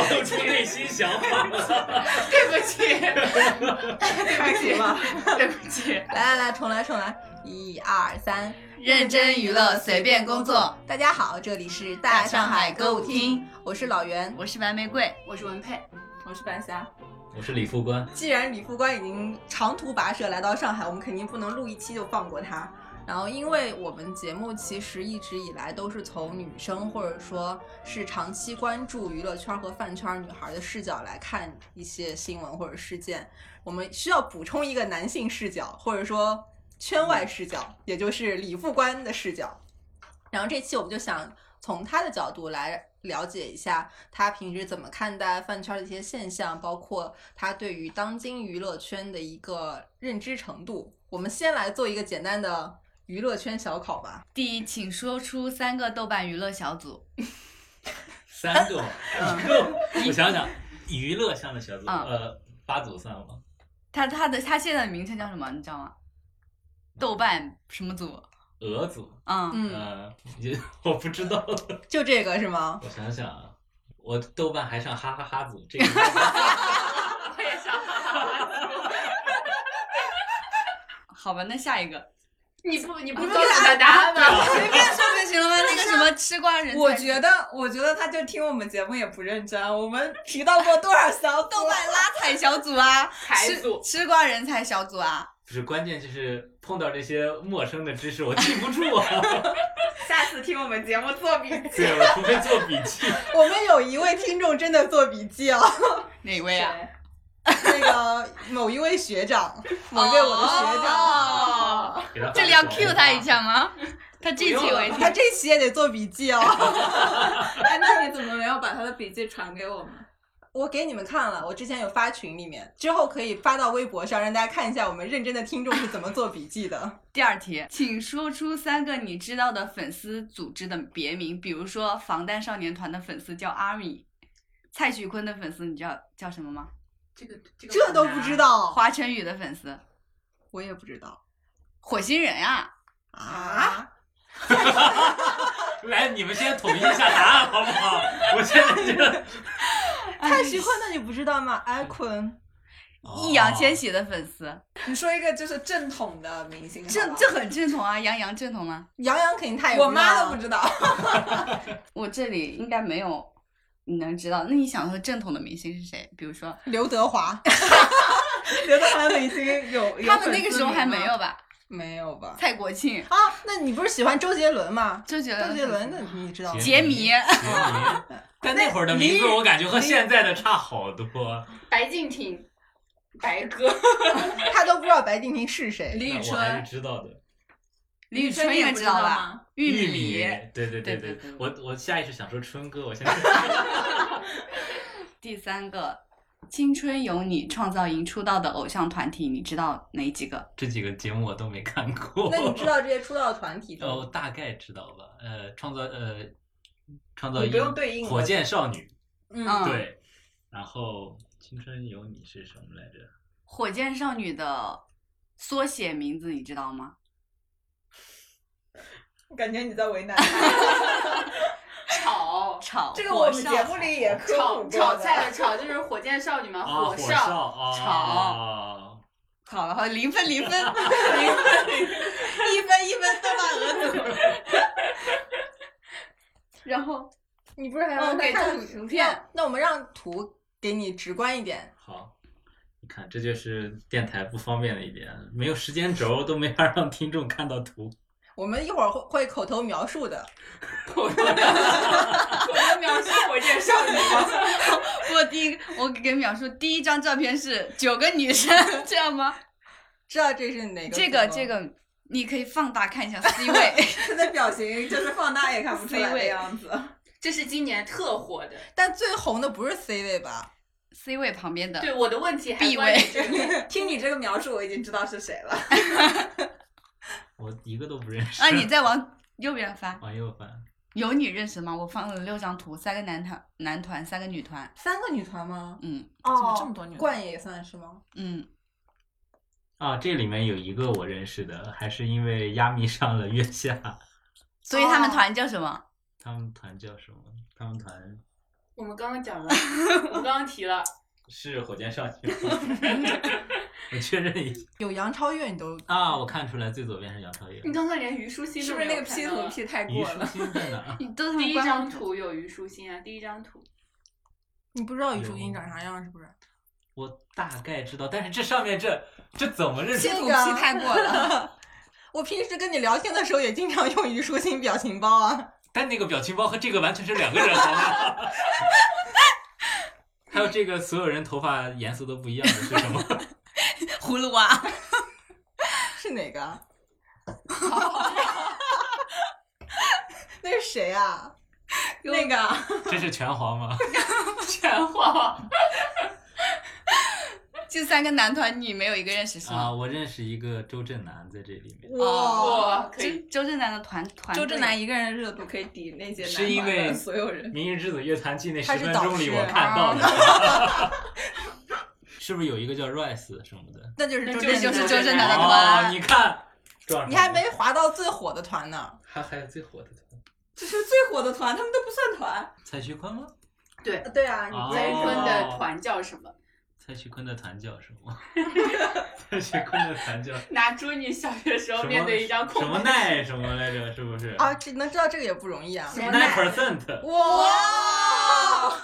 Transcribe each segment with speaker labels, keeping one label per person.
Speaker 1: 内心想法。
Speaker 2: 对不起，
Speaker 3: 开启吧。
Speaker 2: 对不起，
Speaker 4: 来来来，重来重来，一二三，
Speaker 2: 认真娱乐，随便工作。
Speaker 4: 大家好，这里是大上海歌舞厅，我是老袁。
Speaker 2: 我是白玫瑰，我是文佩，
Speaker 3: 我是白霞，
Speaker 1: 我是李副官，
Speaker 4: 既然李副官已经长途跋涉来到上海，我们肯定不能录一期就放过他。然后，因为我们节目其实一直以来都是从女生或者说是长期关注娱乐圈和饭圈女孩的视角来看一些新闻或者事件，我们需要补充一个男性视角或者说圈外视角，也就是李副官的视角。然后这期我们就想从他的角度来了解一下他平时怎么看待饭圈的一些现象，包括他对于当今娱乐圈的一个认知程度。我们先来做一个简单的娱乐圈小考吧。
Speaker 2: 第一，请说出三个豆瓣娱乐小组。
Speaker 1: 三个，一个，我想想，娱乐向的小组，
Speaker 2: 嗯
Speaker 1: 呃，八组算了吧，
Speaker 2: 他他的他现在的名称叫什么？你知道吗？豆瓣什么组？
Speaker 1: 俄组，
Speaker 2: 嗯，
Speaker 4: 嗯，
Speaker 1: 呃，也我不知道，
Speaker 4: 就这个是吗？
Speaker 1: 我想想啊，我豆瓣还上哈哈哈组，这个
Speaker 2: 我也想。好吧，那下一个，
Speaker 3: 你不你不
Speaker 4: 啊
Speaker 3: 告诉啊他答案吗？对
Speaker 2: 随便说就行了 吗？那个什么吃瓜人才，
Speaker 3: 我觉得，我觉得他就听我们节目也不认真。啊我们提到过多少小
Speaker 2: 豆瓣拉踩小组啊，
Speaker 3: 台
Speaker 2: 吃
Speaker 3: 组
Speaker 2: 吃瓜人才小组啊，
Speaker 1: 不是关键，就是碰到这些陌生的知识我记不住 啊，
Speaker 3: 下次听我们节目做笔记。
Speaker 1: 对我除非做笔记，
Speaker 4: 我们有一位听众真的做笔记啊，
Speaker 2: 哪
Speaker 5: 哎
Speaker 2: 位啊？
Speaker 4: 那个某一位学长，某一位我的学长。
Speaker 2: 哦
Speaker 1: 给他发
Speaker 2: 这里
Speaker 1: 个
Speaker 2: 要
Speaker 1: 小红
Speaker 2: Q
Speaker 1: 花
Speaker 2: 他一，下吗？他这期我也
Speaker 4: 他
Speaker 2: 听，
Speaker 4: 这期也得做笔记哦，
Speaker 3: 哎，那你怎么没有把他的笔记传给我们？
Speaker 4: 我给你们看了，我之前有发群里面，之后可以发到微博上，让大家看一下我们认真的听众是怎么做笔记的。
Speaker 2: 第二题，请说出三个你知道的粉丝组织的别名，比如说防弹少年团的粉丝叫 ARMY，蔡徐坤的粉丝你知道叫什么吗？
Speaker 3: 这个
Speaker 4: 这都不知道，
Speaker 2: 华晨宇的粉丝
Speaker 4: 我也不知道
Speaker 2: 火星人啊，
Speaker 4: 啊。
Speaker 1: 来你们先统一一下答案好不好？我现在觉得
Speaker 4: 蔡徐坤的你不知道吗？艾坤，
Speaker 1: 哦
Speaker 2: 易烊千玺的粉丝，
Speaker 3: 你说一个就是正统的明星，好
Speaker 2: 这
Speaker 3: 吧
Speaker 2: 这很正统啊，杨洋正统吗？
Speaker 4: 杨洋肯定他也
Speaker 3: 我妈都
Speaker 4: 不
Speaker 3: 不
Speaker 4: 知
Speaker 3: 知道。
Speaker 2: 我这里应该没有你能知道。那你想说正统的明星是谁？比如说
Speaker 4: 道刘德华， 刘德华明星有
Speaker 2: 他们那个时候还没有吧？
Speaker 4: 没有吧？
Speaker 2: 蔡国庆、
Speaker 4: 啊，那你不是喜欢周杰伦吗？
Speaker 2: 周杰伦、
Speaker 4: 周杰伦的你知道吗？
Speaker 2: 杰迷、
Speaker 1: 杰迷，但那会儿的名字我感觉和现在的差好多。
Speaker 5: 白敬亭，白哥，
Speaker 4: 他都不知道白敬亭是谁。
Speaker 3: 李宇
Speaker 1: 那我还
Speaker 3: 春
Speaker 1: 是，知道的。
Speaker 2: 李宇
Speaker 3: 春
Speaker 2: 春
Speaker 3: 你也
Speaker 2: 应该
Speaker 3: 不
Speaker 2: 知
Speaker 3: 知
Speaker 2: 道
Speaker 3: 道
Speaker 2: 吧？
Speaker 3: 吗？
Speaker 1: 玉
Speaker 2: 米，
Speaker 1: 对对
Speaker 2: 对
Speaker 1: 对
Speaker 2: 对对
Speaker 1: 我我下意识想说春哥，我现在
Speaker 2: 第三个，青春有你创造营出道的偶像团体，你知道哪几个？
Speaker 1: 这几个节目我都没看过。
Speaker 4: 那你知？道这些出道团体
Speaker 1: 呃，我
Speaker 4: 的？
Speaker 1: 大概知道吧。呃，创造呃，创造
Speaker 4: 你不用对应
Speaker 1: 火箭少女，
Speaker 4: 嗯
Speaker 2: 嗯，
Speaker 1: 对，然后青春有你是什么来着？
Speaker 2: 火箭少女的缩写名字你知道吗？
Speaker 3: 感觉你在为难。
Speaker 5: 炒
Speaker 2: 炒
Speaker 3: 这个我们
Speaker 2: 火少
Speaker 3: 节目里也科
Speaker 5: 炒
Speaker 3: 普
Speaker 5: 炒
Speaker 3: 过
Speaker 5: 菜
Speaker 3: 的。
Speaker 5: 的炒就是火箭少女嘛，
Speaker 1: 啊，
Speaker 5: 火
Speaker 1: 火
Speaker 5: 少。
Speaker 1: 啊，
Speaker 2: 炒好了，好零分零 分
Speaker 4: 一分一分豆瓣额度。
Speaker 2: 然后
Speaker 4: 你嗯不是还
Speaker 5: 让他看
Speaker 4: 你
Speaker 5: 图片？
Speaker 4: 那我们让图给你直观一点。
Speaker 1: 好，你看，这就是电台不方便的一点，没有时间轴，都没法让听众看到图。
Speaker 4: 我们一会儿会会口头描述的。
Speaker 5: 我要描述火箭少女吗？
Speaker 2: 我第一，我给淼述第一张照片是九个女生，这样吗？
Speaker 4: 知道这是哪个？
Speaker 2: 这个这，个你可以放大看一下 C 位，
Speaker 3: 他 的表情就是放大也看不出来
Speaker 2: C
Speaker 3: 的
Speaker 2: 位
Speaker 3: 样子。
Speaker 5: 这是今年特火的。
Speaker 4: 但最红的不是 C 位吧？
Speaker 2: C 位旁边的
Speaker 5: 对，我的问题还
Speaker 2: B
Speaker 5: 关于
Speaker 2: 位
Speaker 5: 这个
Speaker 3: 听你这个描述，我已经知道是谁了。
Speaker 1: 我一个都不认识。
Speaker 2: 啊，你再往右边翻，
Speaker 1: 往右翻，
Speaker 2: 有你认识吗？我放了六张图，三个男团，男团，三个女团，
Speaker 4: 三个女团吗？
Speaker 2: 嗯
Speaker 4: 哦，
Speaker 3: 怎么这么多女团
Speaker 4: 冠也算是吗？
Speaker 2: 嗯，
Speaker 1: 啊，这里面有一个我认识的，还是因为亚米上了月下，
Speaker 2: 哦所以他们团叫什么？
Speaker 1: 他们团叫什么？他们团
Speaker 5: 我们刚刚讲了，我们刚刚提了，
Speaker 1: 是火箭少女吗？ 我确认一下
Speaker 4: 有杨超越你都
Speaker 1: 啊，我看出来最左边是杨超越，
Speaker 5: 你刚刚连虞书欣
Speaker 3: 是
Speaker 5: 都
Speaker 3: 不是
Speaker 5: 没
Speaker 3: 那
Speaker 5: 有
Speaker 3: 个 P 图
Speaker 5: 看到啊
Speaker 3: P 太
Speaker 1: 虞
Speaker 3: 过
Speaker 1: 书
Speaker 3: 了？
Speaker 1: 欣在哪儿？
Speaker 2: 你都他
Speaker 5: 第
Speaker 2: 们
Speaker 5: 一
Speaker 2: 官
Speaker 5: 张
Speaker 2: 方
Speaker 5: 图有虞书欣啊，第一张图
Speaker 4: 你不知道虞
Speaker 1: 有
Speaker 4: 书欣长啥样是不是？
Speaker 1: 我大概知道，但是这上面这这怎么认识
Speaker 3: 这？个
Speaker 4: P 太过 了。我平时跟你聊天的时候也经常用虞书欣表情包啊。
Speaker 1: 但那个表情包和这个完全是两个人，好吗？ 还有这个所有人头发颜色都不一样的是什么？
Speaker 2: 葫芦娃，
Speaker 4: 是哪个？ 那是谁啊？那个啊
Speaker 1: 这是拳皇吗？
Speaker 5: 全画，
Speaker 2: 这三个男团你没有一个认识是
Speaker 1: 啊，
Speaker 2: 吗？
Speaker 1: 我认识一个周震南在这里面，
Speaker 4: 哇，
Speaker 5: 哇，可以
Speaker 2: 周周震南的团团
Speaker 4: 周
Speaker 2: 队
Speaker 4: 震南一个人热度
Speaker 3: 我可以抵那些
Speaker 1: 是因
Speaker 3: 男团的
Speaker 1: 为
Speaker 3: 所有人
Speaker 1: 《明日之子乐团记》那
Speaker 4: 他
Speaker 1: 十
Speaker 4: 是
Speaker 1: 分
Speaker 4: 导
Speaker 1: 钟里
Speaker 4: 师啊
Speaker 1: 我看到了， 是不是有一个叫 Rice 什么的？
Speaker 4: 那就是
Speaker 5: 那
Speaker 4: 周
Speaker 5: 就
Speaker 4: 震南。
Speaker 2: 这就
Speaker 5: 是
Speaker 2: 是周
Speaker 5: 周震
Speaker 2: 震南
Speaker 5: 南
Speaker 2: 的团。
Speaker 1: 哦，你看，撞上
Speaker 4: 你还
Speaker 1: 了
Speaker 4: 没划到最火的团呢。
Speaker 1: 还还有最火的团
Speaker 3: 这是最火的团，他们都不算团。
Speaker 1: 蔡徐坤吗？
Speaker 4: 对啊，
Speaker 1: 你哦
Speaker 5: 蔡徐坤的团叫什么？
Speaker 1: 蔡徐坤的团叫什么？ 蔡徐坤的团叫什
Speaker 5: 拿出你小学时候
Speaker 1: 么
Speaker 5: 面对一张空
Speaker 1: 什么
Speaker 5: 白
Speaker 1: 奈什么来着？是不是？
Speaker 4: 啊，这能知道这个也不容易啊。
Speaker 5: 什么
Speaker 1: 奈
Speaker 5: 奈
Speaker 1: percent，
Speaker 4: 哇，
Speaker 1: 哇，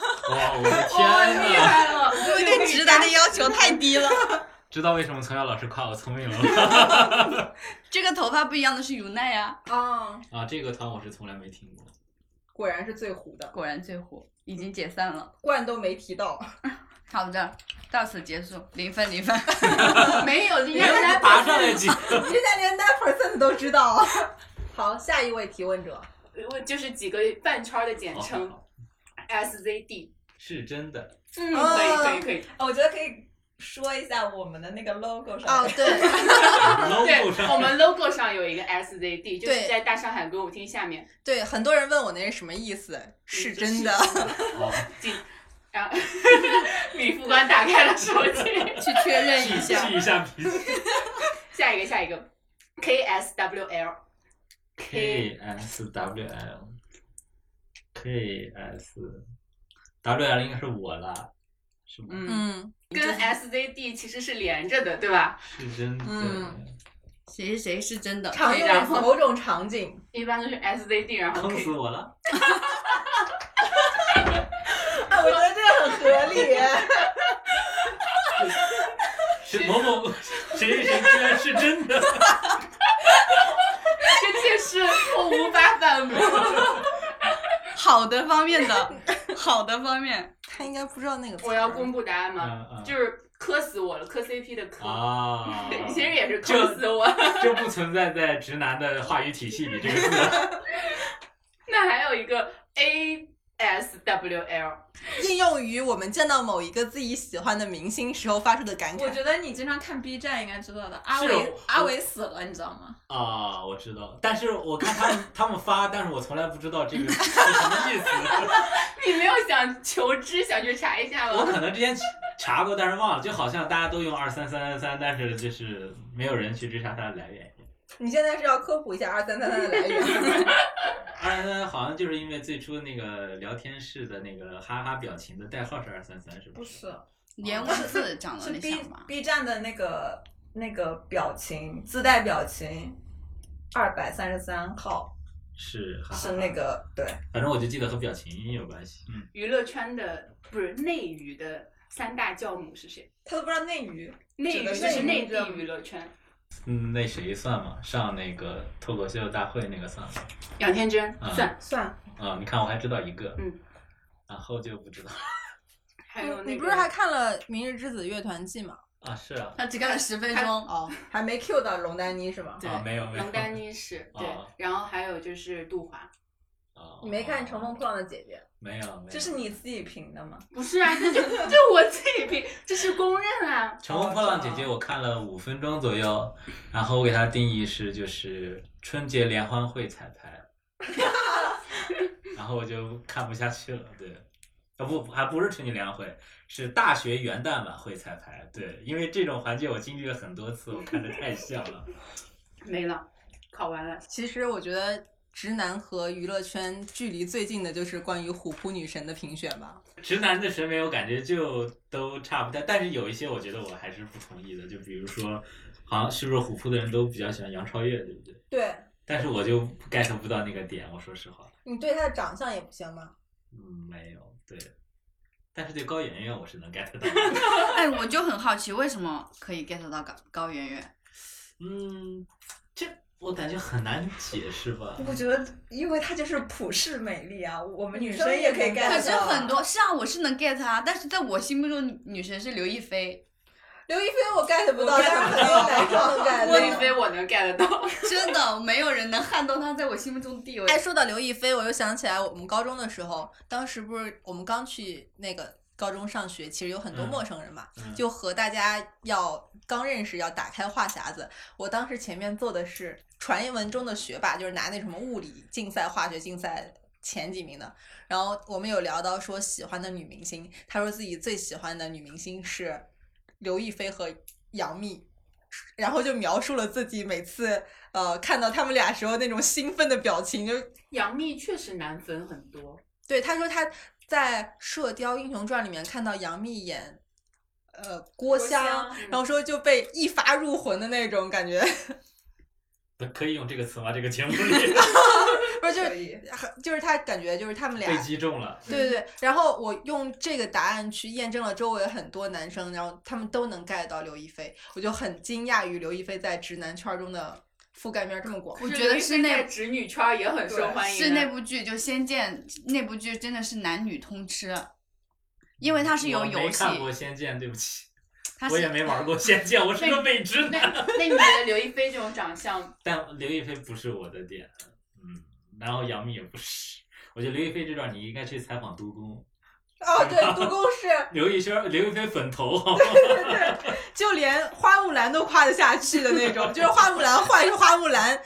Speaker 1: 我的
Speaker 5: 哇，
Speaker 1: 天啊
Speaker 5: 厉
Speaker 1: 呐！
Speaker 5: 害了！
Speaker 2: 我们对直男的要求太低了。
Speaker 1: 知道为什么从小老师夸我聪明了吗？
Speaker 2: 这个头发不一样的是如奈啊，
Speaker 4: 啊，
Speaker 1: 啊，这个团我是从来没听过。
Speaker 3: 果然是最糊的，
Speaker 2: 果然最火，已经解散了。
Speaker 3: 冠都没提到。
Speaker 2: 好的，到此结束，零分零分。
Speaker 5: 没有，人
Speaker 1: 哎
Speaker 5: 家
Speaker 1: 拔上来几个？
Speaker 4: 人家连 nine percent 都知道。 好，下一位提问者，
Speaker 5: 我就是几个半圈儿的简称
Speaker 1: 哦好
Speaker 5: SZD。
Speaker 1: 是真的，
Speaker 5: 嗯，可以可以可以。
Speaker 3: 哦我觉得可以说一下我们的那个 logo 上
Speaker 4: 哦
Speaker 3: 面，，
Speaker 4: 对，
Speaker 5: 对
Speaker 1: 哦 logo 上，
Speaker 5: 我们 logo 上有一个 SZD，就是
Speaker 4: 对
Speaker 5: 在大上海歌舞厅下面。
Speaker 4: 对，很多人问我那是什么意思，是真的。
Speaker 1: 哦
Speaker 5: 进，然后 李副官打开了手机。
Speaker 2: 去确认
Speaker 1: 记
Speaker 2: 一下。
Speaker 1: 记一下鼻子。
Speaker 5: 下一个，下一个，KSWL。
Speaker 1: K S W L K S W L 应该是我啦，是吗？
Speaker 2: 嗯，
Speaker 4: 嗯，
Speaker 5: 跟 SZD 其实是连着的，对吧？
Speaker 1: 是真的。
Speaker 4: 嗯
Speaker 2: 谁谁谁是真的？
Speaker 4: 常 用于某种场景。
Speaker 5: 一般都是 SZD，然后
Speaker 1: 坑
Speaker 5: K
Speaker 1: 死我了！
Speaker 4: 啊，我觉得这个很合理。
Speaker 1: 是某某谁谁谁居然是真的，
Speaker 5: 这件事我无法反驳。
Speaker 2: 好的方面的，好的方面。
Speaker 4: 他应该不知道那个词。
Speaker 5: 我要公布答案吗？
Speaker 1: 嗯
Speaker 5: 就
Speaker 1: 嗯
Speaker 5: 是磕死我了，磕 CP 的磕，
Speaker 1: 啊，
Speaker 5: 其实也是磕死我。
Speaker 1: 这不存在在直男的话语体系里这个字。
Speaker 5: 那还有一个 ASWL，
Speaker 4: 应用于我们见到某一个自己喜欢的明星时候发出的感
Speaker 3: 我
Speaker 4: 慨。
Speaker 3: 觉得你经常看 B 站应该知道的。阿
Speaker 1: 是
Speaker 3: 伟
Speaker 1: 我，
Speaker 3: 阿伟死了，你知道吗？
Speaker 1: 啊，我知道，但是我看他们他们发，但是我从来不知道这个是 什么意思。
Speaker 5: 你没有想求知，想去查一下
Speaker 1: 我
Speaker 5: 吗？
Speaker 1: 可能之前查过，但是忘了，就好像大家都用二三三三三，但是就是没有人去追查它的来源。
Speaker 4: 你现在是要科普一下二三三三的来源。
Speaker 1: 二三三好像就是因为最初那个聊天室的那个哈哈表情的代号是二三三，是
Speaker 3: 不
Speaker 1: 不是？
Speaker 2: 哦
Speaker 3: 是，
Speaker 2: 连文字长得
Speaker 3: 哦是
Speaker 2: 那
Speaker 3: B
Speaker 2: 像吗？
Speaker 3: B 站的那个那个表情自带表情，二百三十三号
Speaker 1: 是
Speaker 2: 啊
Speaker 1: 哈哈
Speaker 3: 是那，个对，
Speaker 1: 反正我就记得和表情有关系。嗯，
Speaker 5: 娱乐圈的不是内娱的三大教母是谁？
Speaker 3: 他都不知道内娱。
Speaker 5: 内
Speaker 3: 指
Speaker 5: 娱就
Speaker 3: 的是
Speaker 5: 是内
Speaker 3: 内娱
Speaker 5: 地
Speaker 3: 吗
Speaker 5: 娱乐圈，
Speaker 1: 嗯，那谁算吗？上那个脱口秀大会那个算吗？
Speaker 5: 杨天真
Speaker 1: 嗯
Speaker 5: 算，
Speaker 3: 算
Speaker 1: 啊、你看我还知道一个，
Speaker 5: 嗯，
Speaker 1: 然后就不知道
Speaker 5: 还
Speaker 2: 哎
Speaker 5: 有那个
Speaker 4: 你不是还看了《明日之子乐团记》吗？
Speaker 1: 啊，是啊，
Speaker 2: 他只干了十分钟，
Speaker 4: 哦，还没 Q 到龙丹妮是吗？
Speaker 5: 对
Speaker 1: 啊没有没有
Speaker 5: 龙丹妮 是对
Speaker 1: 啊，
Speaker 5: 然后还有就是杜华，
Speaker 1: 啊，
Speaker 4: 你没看《乘风破浪的姐姐
Speaker 1: 没有？没有，
Speaker 3: 这是你自己评的吗？
Speaker 5: 不是啊，这就这我自己评，这是公认啊。
Speaker 1: 乘风破浪姐姐，我看了五分钟左右，然后我给它定义是就是春节联欢会彩排， 然后我就看不下去了，对。啊不，还不是春节联欢会，是大学元旦晚会彩排。对，因为这种环节我经历了很多次，我看着太像了。
Speaker 5: 没了，考完了》？。
Speaker 4: 其实我觉得。直男和娱乐圈距离最近的就是关于虎扑女神的评选吧。
Speaker 1: 直男的审美我感觉就都差不多，但是有一些我觉得我还是不同意的，就比如说，好像是不是虎扑的人都比较喜欢杨超越，对不对？
Speaker 4: 对
Speaker 1: 但是我就 get 不到那个点，我说实话，
Speaker 4: 你对她的长相也不行吗？
Speaker 1: 嗯，没有，对。但是对高圆圆我是能 get 到的，
Speaker 2: 哎，我就很好奇，为什么可以 get 到高高圆圆？
Speaker 1: 嗯，这我感觉很难解释吧。
Speaker 3: 我觉得，因为她就是普世美丽啊，我们女生
Speaker 4: 生
Speaker 3: 也
Speaker 4: 也
Speaker 3: 可以
Speaker 4: 能 get
Speaker 2: 可
Speaker 3: get
Speaker 2: 是
Speaker 3: 到啊
Speaker 2: 很多是啊，我是能 get 啊，但是在我心目中，女女神是刘亦菲，
Speaker 4: 刘亦菲我 get 不到，
Speaker 3: 我 get
Speaker 4: 但是
Speaker 3: 不
Speaker 4: 很有
Speaker 3: 到
Speaker 4: 男生的 感
Speaker 5: 刘亦
Speaker 4: 觉。
Speaker 5: 菲我能 get 到，
Speaker 2: 真的没有人能撼动她在我心目中的地
Speaker 4: 哎，
Speaker 2: 位。
Speaker 4: 说到刘亦菲，我又想起来我们高中的时候，当时不是我们刚去那个高中上学，其实有很多
Speaker 1: 嗯
Speaker 4: 陌生人嘛，
Speaker 1: 嗯
Speaker 4: 就和大家要刚认识，要打开话匣子。我当时前面坐的是传闻中的学霸，就是拿那什么物理竞赛、化学竞赛前几名的。然后我们有聊到说喜欢的女明星，她说自己最喜欢的女明星是刘亦菲和杨幂。然后就描述了自己每次呃看到他们俩时候那种兴奋的表情，就
Speaker 5: 杨幂确实男粉很多，
Speaker 4: 对，他说他在《射雕英雄传》里面看到杨幂演，呃，郭
Speaker 3: 郭
Speaker 4: 襄，嗯
Speaker 3: 襄
Speaker 4: 然后说就被一发入魂的那种感觉，
Speaker 1: 可以用这个词吗？这个 节目里
Speaker 4: 不是就
Speaker 3: 可
Speaker 4: 是
Speaker 3: 以
Speaker 4: 很就是他感觉就是他们俩
Speaker 1: 被，击中了，
Speaker 4: 对对对。然后我用这个答案去验证了周围很多男生，然后他们都能 get 到刘亦菲，我就很惊讶于刘亦菲在直男圈中的覆盖面这么广。
Speaker 2: 我觉得是
Speaker 5: 是刘亦菲在
Speaker 2: 那
Speaker 5: 直女圈也很受欢迎，
Speaker 2: 是那部剧，就《仙剑》那部剧真的是男女通吃，因为它是
Speaker 1: 我
Speaker 2: 有
Speaker 1: 没
Speaker 2: 游戏，
Speaker 1: 看过《仙剑》，对不起，
Speaker 2: 它
Speaker 1: 我
Speaker 2: 是
Speaker 1: 也没玩过《仙剑》，我是个伪直
Speaker 5: 那
Speaker 1: 男。
Speaker 5: 那你觉得刘亦菲这种长相，
Speaker 1: 但刘亦菲不是我的点，嗯，然后杨幂也不是。我觉得刘亦菲这段你应该去采访杜工，
Speaker 4: 哦，对，杜 工是
Speaker 1: 刘亦菲刘亦菲粉头，
Speaker 4: 就连花木兰都夸得下去的那种，就是花木兰换是花木兰，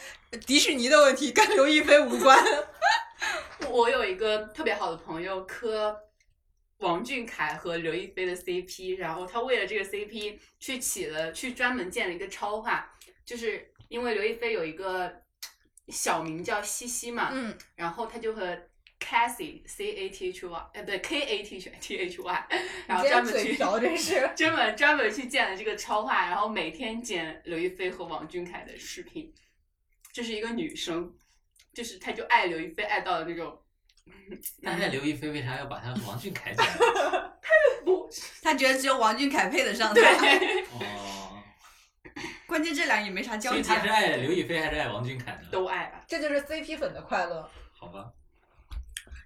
Speaker 4: 迪士尼的问题跟刘亦菲无关。
Speaker 5: 我有一个特别好的朋友磕王俊凯和刘亦菲的 CP，然后他为了这个 CP 去起了去专门建了一个超话，就是因为刘亦菲有一个小名叫西西嘛，
Speaker 4: 嗯，
Speaker 5: 然后他就和 Cathy C A T H Y，呃，不对 K A T T H Y，然后专门去
Speaker 4: 瓢真是。
Speaker 5: 专门专门去建了这个超话，然后每天剪刘亦菲和王俊凯的视频。这是一个女生，就是她就爱刘亦菲爱到了 那种，
Speaker 1: 但是刘亦菲为啥要把她和王俊凯讲？
Speaker 5: 不
Speaker 2: 他觉得只有王俊凯配得上
Speaker 5: 对，
Speaker 2: 他，
Speaker 1: 哦，
Speaker 2: 关键这俩也没啥交
Speaker 1: 所以
Speaker 2: 集啊
Speaker 1: 她。是爱刘亦菲还是爱王俊凯呢？
Speaker 5: 都爱吧。
Speaker 4: 这就是 CP 粉的快乐。
Speaker 1: 好吧，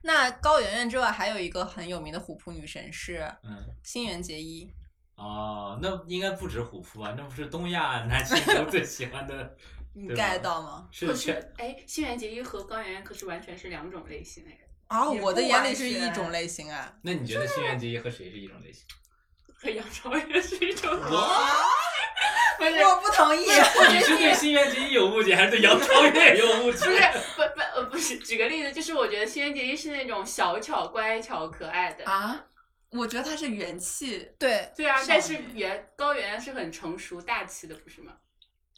Speaker 4: 那高圆圆之外，还有一个很有名的虎扑女神是
Speaker 1: 嗯，
Speaker 4: 新垣结衣。
Speaker 1: 哦，那应该不止虎扑啊，那不是东亚男性都最喜欢 的，
Speaker 4: 你
Speaker 1: 对吧
Speaker 4: get 到吗？
Speaker 5: 可
Speaker 1: 是全
Speaker 5: 是，哎，新垣结衣和高圆圆可是完全是两种类型哎。
Speaker 4: 啊，
Speaker 3: 也
Speaker 4: 我的
Speaker 3: 不
Speaker 4: 眼
Speaker 3: 完
Speaker 4: 里是一
Speaker 3: 全
Speaker 4: 种类型啊。
Speaker 1: 那你觉得新垣结衣和谁是一种类型？
Speaker 5: 和杨超越是一种，不是
Speaker 4: 我不同意。啊
Speaker 1: 你是对新垣结衣有误解，还是对杨超越有误解？
Speaker 5: 不是不不呃不是，举个例子，就是我觉得新垣结衣是那种小巧乖巧可爱的，
Speaker 2: 啊，我觉得他是元气，
Speaker 4: 对
Speaker 5: 对啊
Speaker 2: 少，
Speaker 5: 但是
Speaker 2: 女
Speaker 5: 原高圆圆是很成熟大气的，不是吗？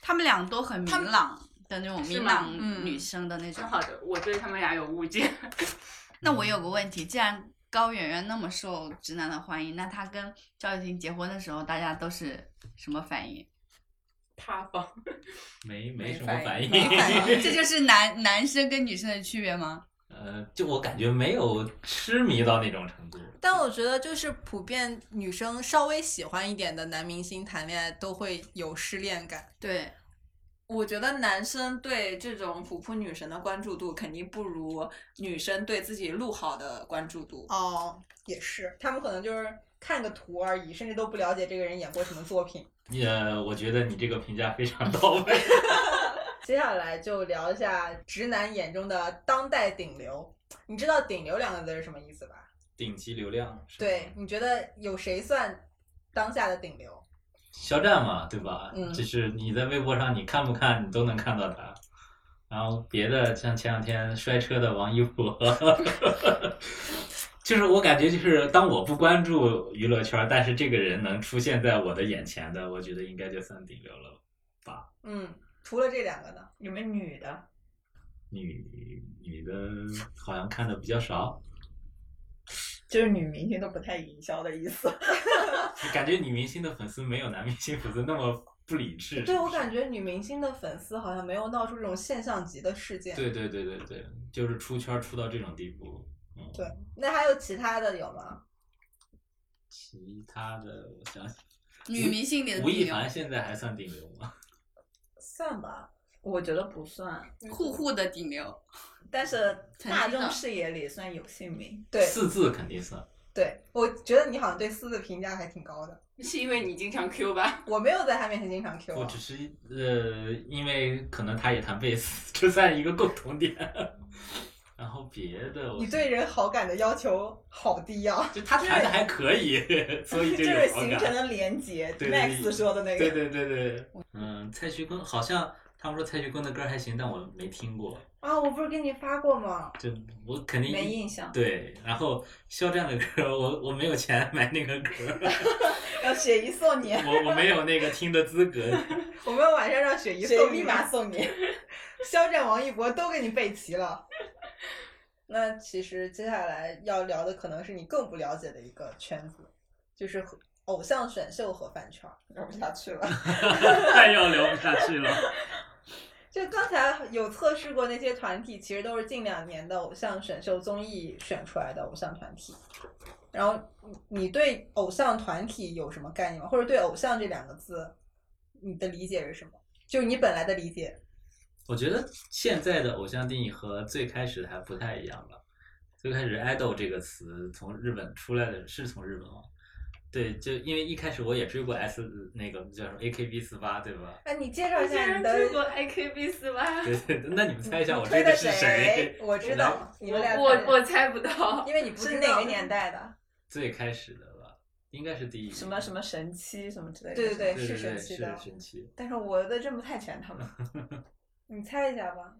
Speaker 2: 他们俩都很明朗的那种
Speaker 5: 是
Speaker 2: 明
Speaker 5: 吗
Speaker 2: 朗
Speaker 4: 嗯
Speaker 2: 女生的那种
Speaker 5: 正。好的，我对他们俩有误解。
Speaker 2: 那
Speaker 1: 嗯
Speaker 2: 我有个问题，既然高圆圆那么受直男的欢迎，那她跟赵又廷结婚的时候，大家都是什么反应？
Speaker 5: 塌方，
Speaker 1: 没没
Speaker 3: 没
Speaker 1: 什么
Speaker 3: 反
Speaker 1: 反
Speaker 3: 应
Speaker 1: 应，
Speaker 4: 没反应
Speaker 2: 这就是男男生跟女生的区别吗？
Speaker 1: 呃，就我感觉没有痴迷到那种程度。
Speaker 4: 但我觉得就是普遍女生稍微喜欢一点的男明星谈恋爱都会有失恋感。
Speaker 2: 对，
Speaker 3: 我觉得男生对这种普普女神的关注度肯定不如女生对自己录好的关注度。
Speaker 4: 哦，也是，他们可能就是看个图而已，甚至都不了解这个人演过什么作品。
Speaker 1: 呃，我觉得你这个评价非常到位。
Speaker 4: 接下来就聊一下直男眼中的当代顶流。你知道“顶流”两个字是什么意思吧？
Speaker 1: 顶级流量是吧
Speaker 4: 对，，你觉得有谁算当下的顶流？
Speaker 1: 肖战嘛，对吧？
Speaker 4: 嗯
Speaker 1: 就是你在微博上你看不看，你都能看到他。然后别的像前两天摔车的王一博， 就是我感觉就是当我不关注娱乐圈，但是这个人能出现在我的眼前的，我觉得应该就算顶流了。
Speaker 4: 嗯，除了这两个呢？
Speaker 3: 你们女的，
Speaker 1: 女女的好像看的比较少，
Speaker 4: 就是女明星都不太营销的意 思。
Speaker 1: 就感觉女明星的粉丝没有男明星粉丝那么不理智。
Speaker 4: 对我感觉女明星的粉丝好像没有闹出这种现象级的事件。
Speaker 1: 对对对对对，就是出圈儿出到这种地步。嗯，
Speaker 4: 对那还有其他的有吗？
Speaker 1: 其他的我想想，
Speaker 2: 女明星里的
Speaker 1: 吴亦
Speaker 2: 顶流
Speaker 1: 凡现在还算顶流吗？
Speaker 4: 算吧，我觉得不算，
Speaker 5: 嗯
Speaker 2: 户户的顶流，
Speaker 4: 但是
Speaker 2: 曾经
Speaker 4: 大众
Speaker 2: 的
Speaker 4: 视野里算有姓名。对
Speaker 1: 四字肯定算。
Speaker 4: 对，我觉得你好像对四字评价还挺高的。
Speaker 5: 是因为你经常 Q 吧？
Speaker 4: 我没有在他面前经常 Q
Speaker 1: 我
Speaker 4: 啊
Speaker 1: 只是呃，因为可能他也弹贝斯， 这算一个共同点。然后别的，我
Speaker 4: 你对人好感的要求好低啊，
Speaker 1: 就他弹的还可以， 所
Speaker 4: 这
Speaker 1: 以就是有好
Speaker 4: 形
Speaker 1: 感。
Speaker 4: 成了连结。
Speaker 1: 对对
Speaker 4: Max 说的那个，
Speaker 1: 对对对对，嗯，蔡徐坤好像他们说蔡徐坤的歌还行，但我没听过，
Speaker 4: 啊，我不是给你发过吗？
Speaker 1: 就我肯定
Speaker 6: 没印象。
Speaker 1: 对，然后肖战的歌，我我没有钱买那个歌，
Speaker 4: 让雪姨送你，
Speaker 1: 我我没有那个听的资格。
Speaker 4: 我们晚上让雪姨
Speaker 6: 谁
Speaker 4: 送
Speaker 6: 立
Speaker 4: 你
Speaker 6: 马
Speaker 4: 吧。
Speaker 6: 送你。
Speaker 4: 肖战、王一博都给你备齐了。 那其实接下来要聊的可能是你更不了解的一个圈子，就是和偶像选秀和饭圈儿，聊不下去 了。
Speaker 1: 太要聊不下去了。
Speaker 4: 就刚才有测试过那些团体，其实都是近两年的偶像选秀综艺选出来的偶像团体。然后你你对偶像团体有什么概念吗？或者对偶像这两个字，你的理解是什么？就是你本来的理解。
Speaker 1: 我觉得现在的偶像定义和最开始还不太一样吧。最开始 “idol” 这个词从日本出来的，是从日本吗？对，就因为一开始我也追过 S 那个叫什么 AKB 四八，对吧？
Speaker 4: 哎，你介绍一
Speaker 5: 竟
Speaker 4: 下
Speaker 5: 然
Speaker 4: 你
Speaker 5: 追
Speaker 4: 的
Speaker 5: 过 AKB 四八，
Speaker 1: 对对，对那你们猜一下我
Speaker 4: 推
Speaker 1: 追
Speaker 4: 的
Speaker 1: 是
Speaker 4: 谁？ 我知
Speaker 1: 来
Speaker 4: 道，你们俩
Speaker 5: 我
Speaker 4: 猜
Speaker 5: 我猜不到。
Speaker 4: 因为你不
Speaker 6: 是
Speaker 4: 知
Speaker 6: 哪
Speaker 4: 道
Speaker 6: 个年？代的？
Speaker 1: 最开始的吧，应该是第一。
Speaker 6: 什么什么神七什么之类的？
Speaker 4: 对对对
Speaker 1: 对？对
Speaker 4: 是
Speaker 1: 对，
Speaker 4: 神
Speaker 1: 是
Speaker 4: 奇的
Speaker 1: 神奇。
Speaker 6: 但是我的认不太全他们。
Speaker 4: 你猜一下吧。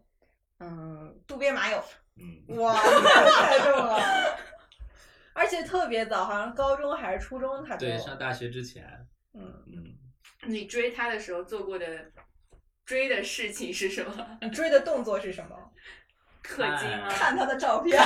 Speaker 6: 嗯，
Speaker 4: 渡边 麻友，
Speaker 1: 嗯，
Speaker 4: 哇，你猜中了，而且特别早，好像高中还是初中他就
Speaker 1: 对，上大学之前，
Speaker 4: 嗯，
Speaker 1: 嗯，
Speaker 5: 你追他的时候做过的追的事情是什么？
Speaker 4: 你追的动作是什么？
Speaker 5: 氪金吗？
Speaker 4: 看
Speaker 1: 看
Speaker 4: 他的照 片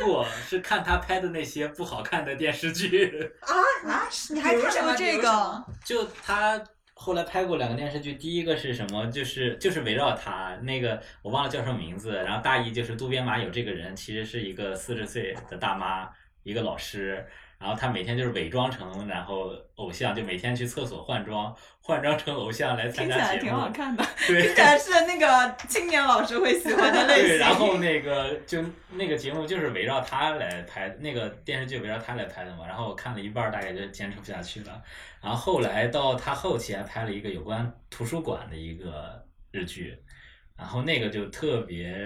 Speaker 1: 不是看他拍的那些不好看的电视剧。
Speaker 7: 啊，你
Speaker 6: 比
Speaker 7: 还
Speaker 6: 如什
Speaker 7: 看过
Speaker 6: 么比
Speaker 7: 这
Speaker 6: 如什
Speaker 7: 个
Speaker 6: 么？
Speaker 1: 就他后来拍过两个电视剧，第一个是什么？就是就是围绕他那个我忘了叫什么名字，然后大意就是渡边麻友这个人其实是一个四十岁的大妈，一个老师。然后她每天就是伪装成，然后偶像，就每天去厕所换装，换装成偶像来参
Speaker 6: 听起
Speaker 1: 加
Speaker 6: 来
Speaker 1: 节目。
Speaker 6: 挺好看 的，
Speaker 1: 对，
Speaker 6: 听起来是那个青年老师会喜欢的类
Speaker 1: 对，
Speaker 6: 型。
Speaker 1: 然后那个就那个节目就是围绕他来拍，那个电视剧围绕他来拍的嘛。然后我看了一半儿，大概就坚持不下去了。然后后来到他后期还拍了一个有关图书馆的一个日剧，然后那个就特别，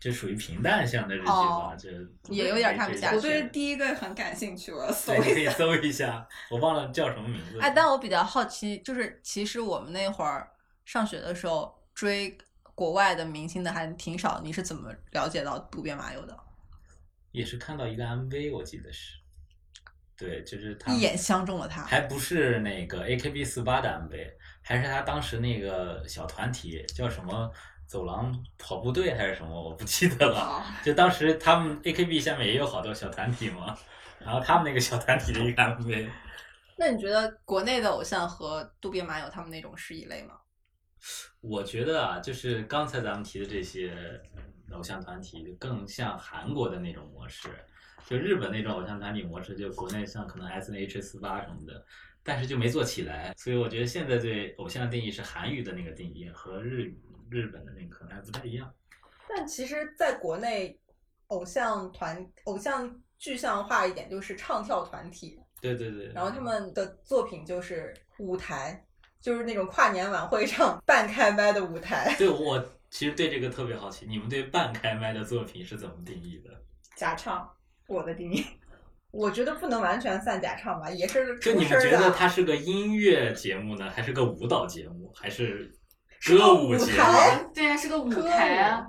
Speaker 1: 就属于平淡向的日剧吧，
Speaker 7: 哦
Speaker 1: 就
Speaker 7: 也有点看不下去
Speaker 6: 我
Speaker 1: 我
Speaker 6: 对
Speaker 1: 对
Speaker 6: 第一个很感兴趣，我搜
Speaker 1: 对，可
Speaker 6: 一下。
Speaker 1: 以搜一下，我忘了叫什么名字。
Speaker 7: 哎，但我比较好奇，就是其实我们那会儿上学的时候追国外的明星的还挺少，你是怎么了解到渡边麻友的？
Speaker 1: 也是看到一个 MV，我记得是，对，就是他
Speaker 7: 一眼相中了他，
Speaker 1: 还不是那个 AKB 四八的 MV，还是他当时那个小团体叫什么走廊跑步队还是什么，我不记得了。就当时他们 AKB 下面也有好多小团体嘛，然后他们那个小团体的一个 MV，
Speaker 7: 那你觉得国内的偶像和渡边麻友他们那种是一类吗？
Speaker 1: 我觉得啊，就是刚才咱们提的这些偶像团体，更像韩国的那种模式。就日本那种偶像团体模式，就国内像可能 S N H 四八什么的，但是就没做起来。所以我觉得现在对偶像的定义是韩语的那个定义和日语日本的那个可能还不太一样。
Speaker 4: 但其实在国内，偶像团偶像具象化一点就是唱跳团体，
Speaker 1: 对对对。
Speaker 4: 然后他们的作品就是舞台，就是那种跨年晚会上 半开麦的舞台，
Speaker 1: 对我其实对这个特别好奇，你们对半开麦的作品是怎么定义的？
Speaker 4: 假唱。我的定义， 我觉得不能完全算假唱吧，也是
Speaker 1: 就
Speaker 4: 出
Speaker 1: 你
Speaker 4: 声
Speaker 1: 们
Speaker 4: 儿
Speaker 1: 觉
Speaker 4: 的
Speaker 1: 得它是个音乐节目呢，还是个舞蹈节目，还是
Speaker 4: 是
Speaker 1: 歌
Speaker 4: 个
Speaker 1: 舞
Speaker 4: 舞
Speaker 1: 节目？
Speaker 4: 台
Speaker 5: 对啊，是个舞
Speaker 4: 歌舞
Speaker 5: 台啊，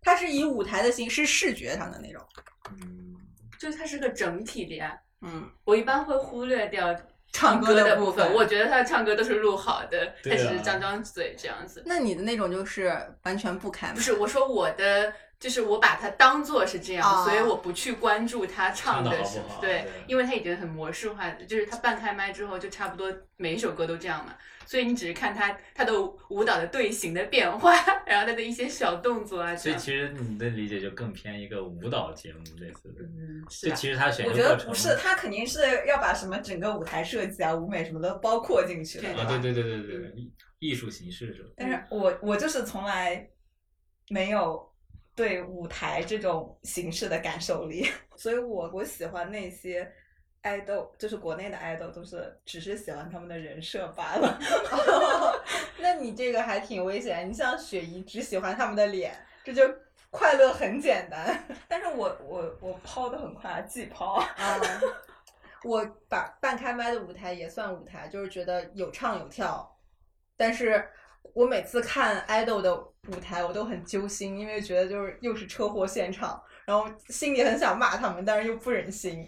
Speaker 4: 它是以舞台的形式视觉上的那种。
Speaker 1: 嗯，
Speaker 5: 就是它是个整体的呀。
Speaker 7: 嗯，
Speaker 5: 我一般会忽略掉
Speaker 8: 唱歌
Speaker 5: 歌
Speaker 8: 的
Speaker 5: 的
Speaker 8: 部
Speaker 5: 分，
Speaker 8: 分
Speaker 5: 我觉得他唱歌都是录好的，他
Speaker 1: 对啊
Speaker 5: 只是张张嘴这样子。
Speaker 8: 那你的那种就是完全不开
Speaker 5: 不
Speaker 8: 吗？
Speaker 5: 是，我说我的就是我把它当做是这样，
Speaker 8: 哦
Speaker 5: 所以我不去关注他
Speaker 1: 唱
Speaker 5: 唱
Speaker 1: 得
Speaker 5: 的
Speaker 1: 好
Speaker 5: 是
Speaker 1: 不好
Speaker 5: 对
Speaker 1: 对，
Speaker 5: 因为他已经很模式化，就是他半开麦之后就差不多每一首歌都这样嘛，所以你只是看他他的舞蹈的队形的变化，然后他的一些小动作啊这
Speaker 1: 所以
Speaker 5: 样。
Speaker 1: 其实你的理解就更偏一个舞蹈节目类似的。
Speaker 5: 嗯，是
Speaker 1: 就
Speaker 5: 啊，
Speaker 1: 其实他选
Speaker 4: 我
Speaker 1: 秀
Speaker 4: 觉得
Speaker 1: 过
Speaker 4: 不
Speaker 1: 程
Speaker 4: 是，他肯定是要把什么整个舞台设计啊、舞美什么的包括进去的，
Speaker 5: 对
Speaker 1: 啊，
Speaker 4: 吧
Speaker 1: 对？对对对对
Speaker 4: 嗯
Speaker 1: 对，艺艺术形式是吧？
Speaker 4: 但是我我就是从来没有对舞台这种形式的感受力， 所以我我喜欢那些爱豆，就是国内的爱豆，都是只是喜欢他们的人设罢了。 哦那你这个还挺危险，你像雪姨只喜欢他们的脸，这就。快乐很简单，但是我我我抛的很快，季抛。
Speaker 8: 啊，
Speaker 4: 我把半开麦的舞台也算舞台，就是觉得有唱有跳，但是我每次看 idol 的舞台，我都很揪心，因为觉得就是又是车祸现场，然后心里很想骂他们，但是又不忍心。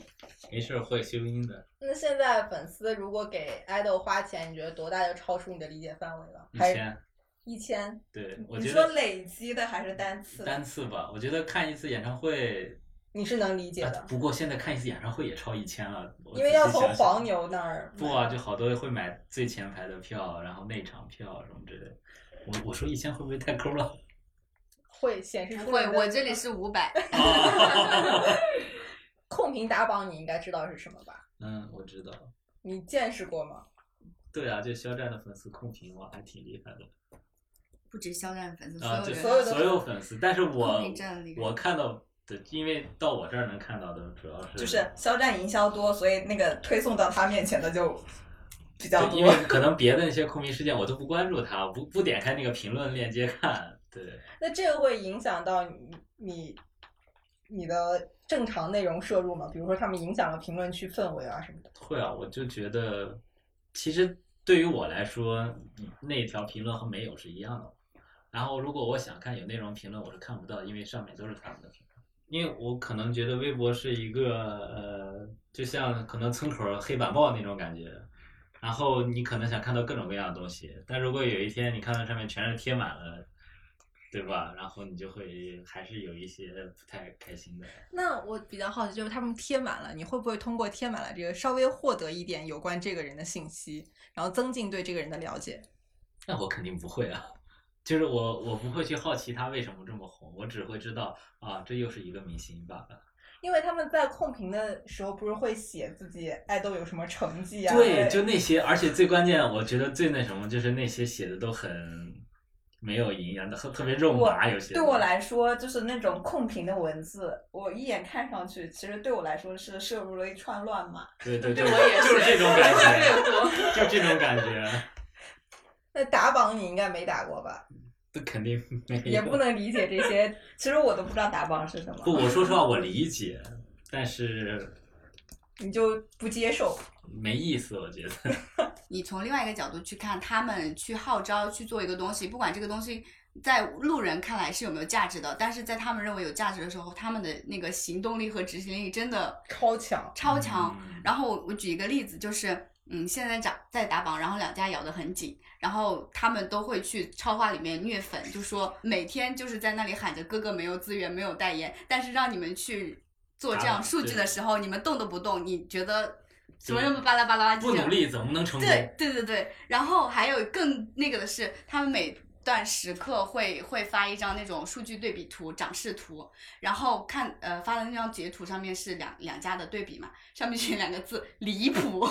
Speaker 1: 没事儿会修音的，
Speaker 4: 那现在粉丝如果给 idol 花钱，你觉得多大就超出你的理解范围了？
Speaker 1: 一
Speaker 4: 还是
Speaker 1: 千。
Speaker 4: 一千？
Speaker 1: 对，我
Speaker 6: 你
Speaker 1: 觉
Speaker 6: 说
Speaker 1: 得
Speaker 6: 累积的还是单次？
Speaker 1: 单次吧，我觉得看一次演唱会，
Speaker 4: 你是能理解
Speaker 1: 啊
Speaker 4: 的，
Speaker 1: 不过现在看一次演唱会也超一千了，我
Speaker 4: 因为
Speaker 1: 仔细
Speaker 4: 要从
Speaker 1: 想想
Speaker 4: 黄牛那儿
Speaker 1: 不啊，就好多会买最前排的票，然后内场票什么之类的。我我说一千会不会太抠了？
Speaker 4: 会显示出
Speaker 2: 不会，
Speaker 4: 来的
Speaker 2: 我这里是五 百。
Speaker 4: 控评打榜，你应该知道是什么吧？
Speaker 1: 嗯，我知道。
Speaker 4: 你见识过吗？
Speaker 1: 对啊，就肖战的粉丝控评我还挺厉害的
Speaker 2: 不止肖战粉丝，
Speaker 1: 啊，
Speaker 2: 所
Speaker 1: 就
Speaker 2: 有人
Speaker 4: 所有的
Speaker 1: 所有粉丝，但是我
Speaker 2: 控评占了厉害
Speaker 1: 我看到的，因为到我这儿能看到的主要是
Speaker 6: 就是肖战营销多，所以那个推送到他面前的就比较
Speaker 1: 对，因
Speaker 6: 多
Speaker 1: 为。可能别的那些控评事件我都不关注它，我不不点开那个评论链接看。对，
Speaker 4: 那这个会影响到你你你的正常内容摄入吗？比如说他们影响了评论区氛围啊什么的。
Speaker 1: 会啊，我就觉得，其实对于我来说，嗯那条评论和没有是一样的。然后，如果我想看有内容评论，我是看不到，因为上面都是他们的评论。因为我可能觉得微博是一个呃，就像可能村口儿黑板报那种感觉。然后你可能想看到各种各样的东西，但如果有一天你看到上面全是贴满了，对吧？然后你就会还是有一些不太开心的。
Speaker 8: 那我比较好奇，就是他们贴满了，你会不会通过贴满了这个稍微获得一点有关这个人的信息，然后增进对这个人的了解？
Speaker 1: 那我肯定不会啊， 就是我我不会去好奇他为什么这么红，我只会知道啊，这又是一个明星罢了。
Speaker 4: 因为他们在控评的时候不是会写自己爱豆有什么成绩啊？
Speaker 1: 对，就那些，而且最关键，我觉得最那什么，就是那些写的都很没有营养的，特特别肉
Speaker 6: 我
Speaker 1: 麻，有些
Speaker 6: 对我来说，就是那种控评的文字，我一眼看上去，其实对我来说是摄入了一串乱码。
Speaker 1: 对对
Speaker 5: 对
Speaker 1: 就
Speaker 5: 我也
Speaker 1: 就是这种感觉，
Speaker 5: 我也
Speaker 1: 就这种感觉，
Speaker 4: 那打榜你应该没打过吧？
Speaker 1: 这肯定没有。
Speaker 4: 也不能理解这些。
Speaker 6: 其实我都不知道打榜是什么。
Speaker 1: 不，我说实话，我理解，但是
Speaker 4: 你就不接受，
Speaker 1: 没意思，我觉得。
Speaker 2: 你从另外一个角度去看，他们去号召去做一个东西，不管这个东西在路人看来是有没有价值的，但是在他们认为有价值的时候，他们的那个行动力和执行力真的
Speaker 4: 超强。
Speaker 2: 超强。
Speaker 1: 嗯
Speaker 2: 然后我我举一个例子，就是嗯，现在打在打榜，然后两家咬得很紧，然后他们都会去超话里面虐粉，就说每天就是在那里喊着哥哥没有资源，没有代言，但是让你们去做这
Speaker 1: 打
Speaker 2: 样
Speaker 1: 榜
Speaker 2: 数据
Speaker 1: 对
Speaker 2: 的时候，你们动都不动，你觉得什么
Speaker 1: 对
Speaker 2: 什么巴拉巴拉，就
Speaker 1: 不
Speaker 2: 这样
Speaker 1: 努力怎么能成功？
Speaker 2: 对对对对，然后还有更那个的是，他们每段时刻会会发一张那种数据对比图、展示图，然后看呃发的那张截图上面是两两家的对比嘛，上面写两个字离谱， 我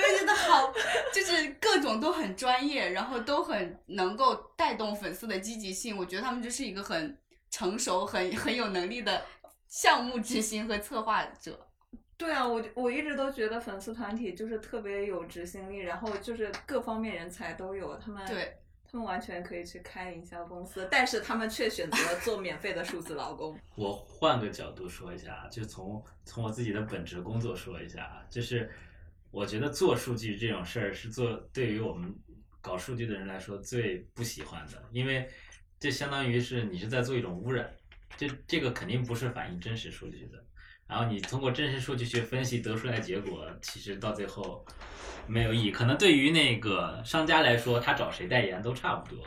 Speaker 2: 就觉得好，就是各种都很专业，然后都很能够带动粉丝的积极性，我觉得他们就是一个很成熟、很很有能力的项目执行和策划者。
Speaker 6: 对啊，我我一直都觉得粉丝团体就是特别有执行力，然后就是各方面人才都有，他们
Speaker 2: 对，
Speaker 6: 他们完全可以去开营销公司，但是他们却选择做免费的数字劳工。
Speaker 1: 我换个角度说一下，啊就从从我自己的本职工作说一下，啊就是我觉得做数据这种事儿是做对于我们搞数据的人来说最不喜欢的，因为这相当于是你是在做一种污染，这这个肯定不是反映真实数据的。然后你通过真实数据去分析得出来结果，其实到最后没有意义。可能对于那个商家来说，他找谁代言都差不多。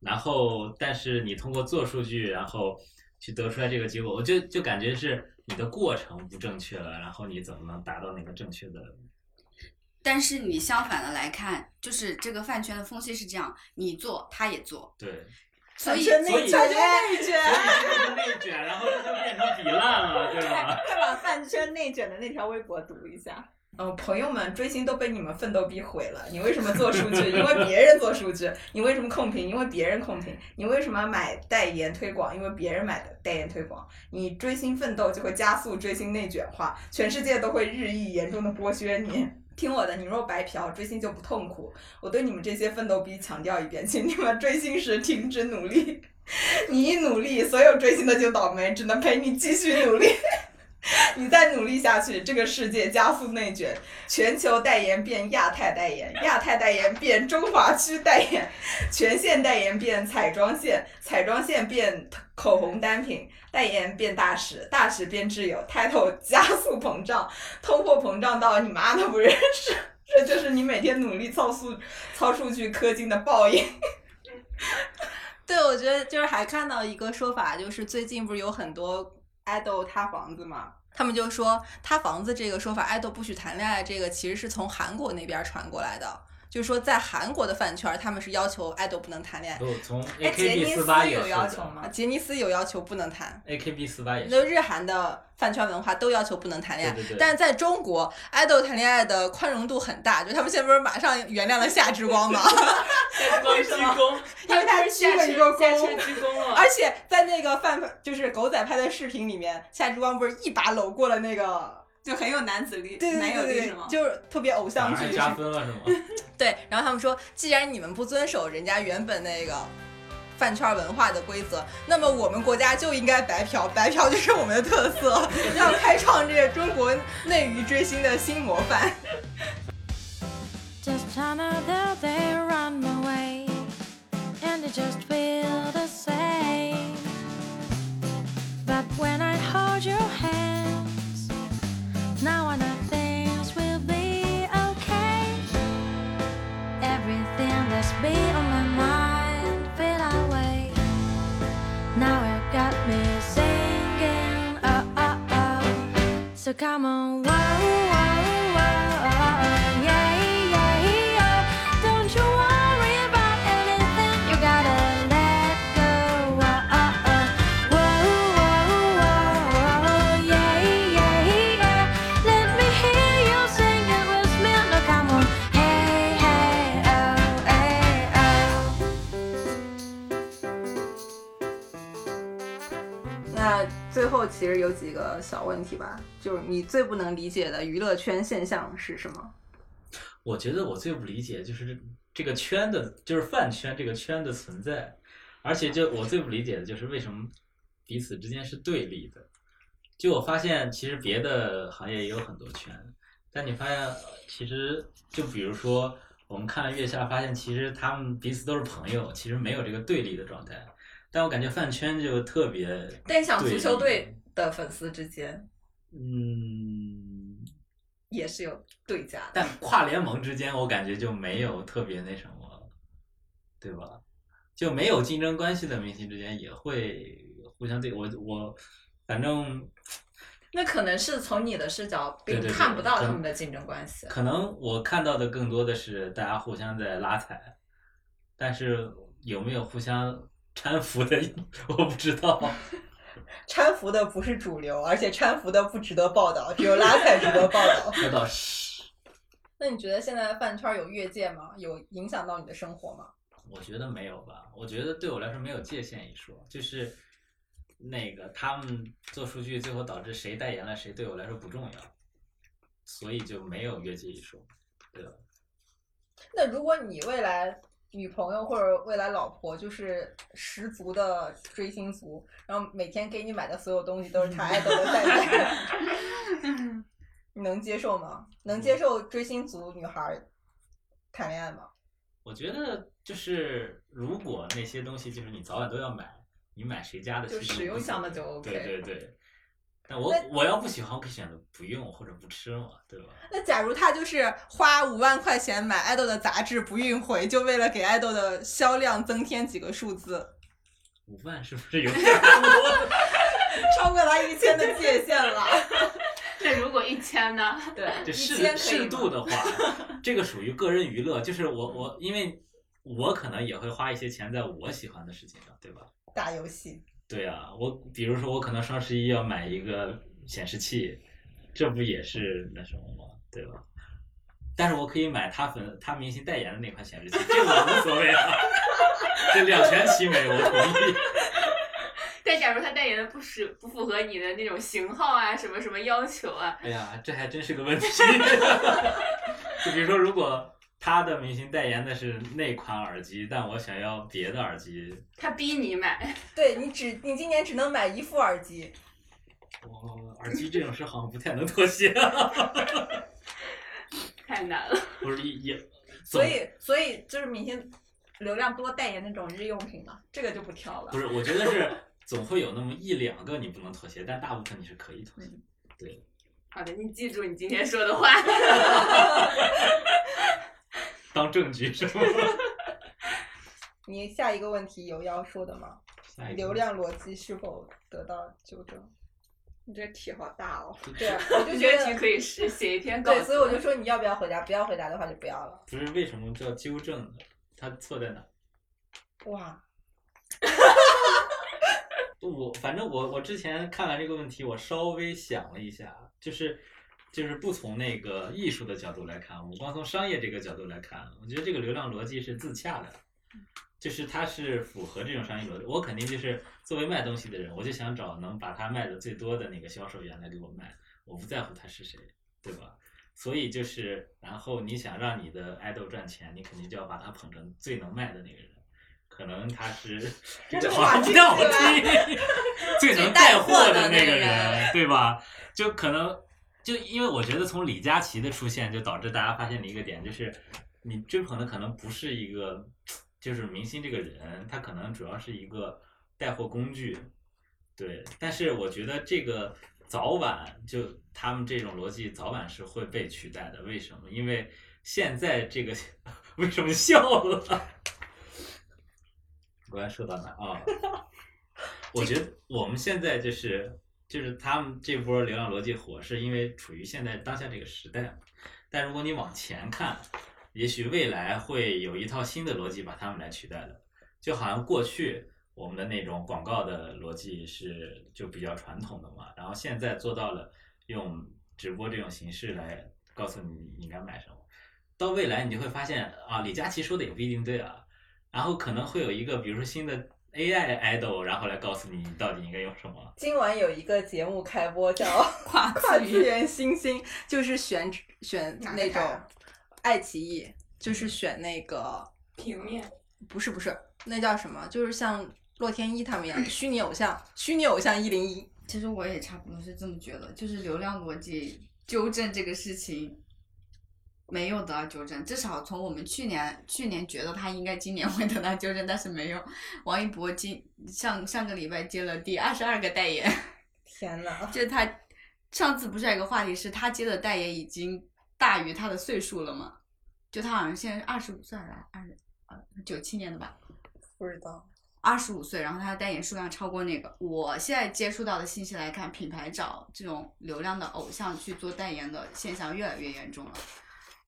Speaker 1: 然后，但是你通过做数据，然后去得出来这个结果，我就就感觉是你的过程不正确了，然后你怎么能达到那个正确的？
Speaker 2: 但是你相反的来看，就是这个饭圈的风气是这样，你做他也做，
Speaker 1: 对，
Speaker 2: 所以
Speaker 6: 圈
Speaker 1: 所以所以
Speaker 6: 内圈内
Speaker 1: 所以
Speaker 6: 卷，
Speaker 1: 就是内卷，然后就变成比烂了，对吧？
Speaker 3: 快把饭圈内卷的那条微博读一下。
Speaker 6: 嗯，朋友们，追星都被你们奋斗逼毁了。你为什么做数据？因为别人做数据。你为什么控评？因为别人控评。你为什么买代言推广？因为别人买的代言推广。你追星奋斗就会加速追星内卷化，全世界都会日益严重的剥削你。听我的，你若白嫖，追星就不痛苦。我对你们这些奋斗逼强调一遍，请你们追星时停止努力。你一努力，所有追星的就倒霉，只能陪你继续努力。 你再努力下去，这个世界加速内卷，全球代言变亚太代言，亚太代言变中华区代言，全线代言变彩妆线，彩妆线变口红单品，代言变大使，大使变挚友，title 加速膨胀，通货膨胀到你妈都不认识， 这就是你每天努力凑数、操数据氪金的报应。
Speaker 4: 对，我觉得就是还看到一个说法，就是最近不是有很多爱豆塌房子嘛，他们就说塌房子这个说法，爱豆不许谈恋爱这个其实是从韩国那边传过来的，就是说在韩国的饭圈，他们是要求爱豆不能谈恋
Speaker 1: 不，从
Speaker 6: 哎，杰尼
Speaker 1: AKB
Speaker 6: 斯
Speaker 1: 四八也
Speaker 6: 有
Speaker 1: 是
Speaker 6: 要求
Speaker 1: 的
Speaker 4: 爱，
Speaker 6: 吗？
Speaker 4: 杰尼斯有要求不能谈。
Speaker 1: ，AKB 四八也
Speaker 4: 那
Speaker 1: 是。
Speaker 4: 日韩的饭圈文化都要求不能谈恋爱，
Speaker 1: 对对对
Speaker 4: 但是在中国，爱豆谈恋爱的宽容度很大，就他们现在不是马上原谅了夏之光 吗？
Speaker 1: 为什么？
Speaker 4: 因为他是鞠了一个
Speaker 5: 下车
Speaker 4: 躬。
Speaker 5: 鞠躬了。
Speaker 4: 而且在那个饭就是狗仔拍的视频里面，夏之光不是一把搂过了那个，
Speaker 3: 就很有男子力，
Speaker 4: 对对
Speaker 3: 男友
Speaker 4: 对
Speaker 3: 力
Speaker 4: 对
Speaker 3: 是吗
Speaker 4: 对，？就是特别偶像
Speaker 1: 反而
Speaker 4: 剧。
Speaker 1: 哎加分了是吗？
Speaker 4: 对，然后他们说，既然你们不遵守人家原本那个饭圈文化的规则，那么我们国家就应该白嫖，白嫖就是我们的特 色，要开创这个中国内娱追星的新模范。
Speaker 9: Just another day run away, and it just feel the same. But when I hold your hands, now I know things will be okay. Everything that's been on my mind fade away. Now it got me singing, oh oh oh. So come on, wow, wow, wow, yeah, yeah, yeah. Don't you worry about anything, you gotta let go. Wow, wow, wow, wow, yeah, yeah, yeah. Let me hear you sing it with me. Now come on, hey, hey, oh, hey, oh.
Speaker 4: 那最后其实有几个小问题吧，就是你最不能理解的娱乐圈现象是什么？
Speaker 1: 我觉得我最不理解就是这个圈的，就是饭圈这个圈的存在，而且就我最不理解的就是为什么彼此之间是对立的。就我发现，其实别的行业也有很多圈，但你发现呃其实就比如说我们看了月下，发现其实他们彼此都是朋友，其实没有这个对立的状态。但我感觉饭圈就特别
Speaker 6: 但想
Speaker 1: 对
Speaker 6: 足球队
Speaker 1: 立，
Speaker 6: 的粉丝之间
Speaker 1: 嗯，
Speaker 6: 也是有对家的。
Speaker 1: 但跨联盟之间，我感觉就没有特别那什么，对吧？就没有竞争关系的明星之间也会互相对我我，反正
Speaker 6: 那可能是从你的视角，
Speaker 1: 对
Speaker 6: 并
Speaker 1: 对对
Speaker 6: 看不到
Speaker 1: 可
Speaker 6: 他
Speaker 1: 能
Speaker 6: 们的竞争关系。
Speaker 1: 可能我看到的更多的是大家互相在拉踩，但是有没有互相搀扶的， 我不知道。。
Speaker 6: 搀扶的不是主流，而且搀扶的不值得报道，只有拉踩值得报道
Speaker 1: 那倒是，
Speaker 4: 那你觉得现在饭圈有越界吗？有影响到你的生活吗？
Speaker 1: 我觉得没有吧。我觉得对我来说没有界限一说，就是那个他们做数据，最后导致谁代言了谁，对我来说不重要，所以就没有越界一说。对吧？
Speaker 4: 那如果你未来女朋友或者未来老婆就是十足的追星族，然后每天给你买的所有东西都是她爱豆的代言，你能接受吗？能接受追星族女孩谈恋爱吗？
Speaker 1: 我觉得就是如果那些东西就是你早晚都要买，你买谁家的
Speaker 6: 就
Speaker 1: 其实
Speaker 6: 实用
Speaker 1: 无所
Speaker 6: 向的
Speaker 1: 谓
Speaker 6: 就 OK
Speaker 1: 对对对。但我
Speaker 6: 那
Speaker 1: 我要不喜欢，我可以选择不用或者不吃嘛，对吧？
Speaker 6: 那假如他就是花五万块钱买爱豆的杂志不运回，就为了给爱豆的销量增添几个数字，
Speaker 1: 午饭是不是有点多？
Speaker 6: 超过了一千的界限了。
Speaker 5: 那如果一千呢？
Speaker 6: 对，
Speaker 1: 这适
Speaker 6: 1000可以吗
Speaker 1: 适度的 话，这个属于个人娱乐，就是我我因为我可能也会花一些钱在我喜欢的事情上，对吧？
Speaker 6: 打游戏，
Speaker 1: 对啊，我比如说我可能双十一要买一个显示器，这不也是那什么吗？对吧？但是我可以买他粉他明星代言的那款显示器，这我无所谓啊，这两全其美，我同意。
Speaker 5: 但假如他代言的不是不符合你的那种型号啊，什么什么要求啊，
Speaker 1: 哎呀，这还真是个问题。 就比如说，如果他的明星代言的是那款耳机，但我想要别的耳机，
Speaker 5: 他逼你买，
Speaker 6: 对你只你今年只能买一副耳机，
Speaker 1: 我耳机这种事好像不太能妥协。
Speaker 5: 太难了。
Speaker 1: 不是也，
Speaker 6: 所以所以就是明星流量多代言那种日用品嘛，这个就不挑了
Speaker 1: 不。是，我觉得是总会有那么一两个你不能妥协，但大部分你是可以妥协
Speaker 6: 嗯
Speaker 1: 的。
Speaker 5: 好的，你记住你今天说的话。
Speaker 1: 当证据是吗？
Speaker 6: 你下一个问题有要说的吗？
Speaker 1: 下一个
Speaker 6: 流量逻辑是否得到纠正？
Speaker 3: 你这题好大 哦。
Speaker 6: 对啊，我就
Speaker 5: 你
Speaker 6: 觉
Speaker 5: 这题
Speaker 6: 得
Speaker 5: 可以是写一篇稿
Speaker 6: 对，
Speaker 5: 子，
Speaker 6: 所以我就说你要不要回答？不要回答的话就不要了。
Speaker 1: 不是为什么叫纠正呢？他错在哪？
Speaker 6: 哇，
Speaker 1: 我反正我我之前看完这个问题，我稍微想了一下，就是就是不从那个艺术的角度来看，我光从商业这个角度来看，我觉得这个流量逻辑是自洽的，就是它是符合这种商业逻辑。我肯定就是作为卖东西的人，我就想找能把它卖的最多的那个销售员来给我卖，我不在乎他是谁，对吧？所以就是，然后你想让你的爱豆赚钱，你肯定就要把他捧成最能卖的那个人。可能他 是这
Speaker 6: 这
Speaker 1: 个
Speaker 6: 话
Speaker 1: 好
Speaker 6: 听起
Speaker 1: 让我
Speaker 6: 来
Speaker 1: 听，最能带货的那个人，对吧？就可能就因为我觉得从李佳琦的出现，就导致大家发现了一个点，就是你追捧的可能不是一个就是明星这个人，他可能主要是一个带货工具，对。但是我觉得这个早晚就他们这种逻辑早晚是会被取代的，为什么？因为现在这个 为什么笑了？我刚才说到哪啊？我觉得我们现在就是就是他们这波流量逻辑火，是因为处于现在当下这个时代。但如果你往前看，也许未来会有一套新的逻辑把他们来取代的。就好像过去我们的那种广告的逻辑是就比较传统的嘛，然后现在做到了用直播这种形式来告诉你你应该买什么。到未来你就会发现啊，李佳琦说的也不一定对啊，然后可能会有一个比如说新的 AI idol，然后来告诉你你到底应该用什么。
Speaker 6: 今晚有一个节目开播叫
Speaker 4: 跨
Speaker 6: 跨
Speaker 4: 次
Speaker 6: 次
Speaker 4: 元
Speaker 6: 元
Speaker 4: 星星就是选选
Speaker 6: 哪个
Speaker 4: 那种
Speaker 6: 台
Speaker 4: 爱奇艺，就是选那个
Speaker 5: 平面。
Speaker 4: 不是不是，那叫什么？就是像洛天依他们一样，虚拟偶像，虚拟偶像一零一。
Speaker 2: 其实我也差不多是这么觉得，就是流量逻辑纠正这个事情没有得到纠正，至少从我们去年去年觉得他应该今年会得到纠正，但是没有。王一博今上上个礼拜接了第二十二个代言，
Speaker 6: 天呐，
Speaker 2: 就是他上次不是有一个话题是他接的代言已经大于他的岁数了吗？就他好像现在二十五岁还是二十呃九七年的吧，
Speaker 6: 不知道。
Speaker 2: 二十五岁，然后他的代言数量超过那个。我现在接触到的信息来看，品牌找这种流量的偶像去做代言的现象越来越严重了。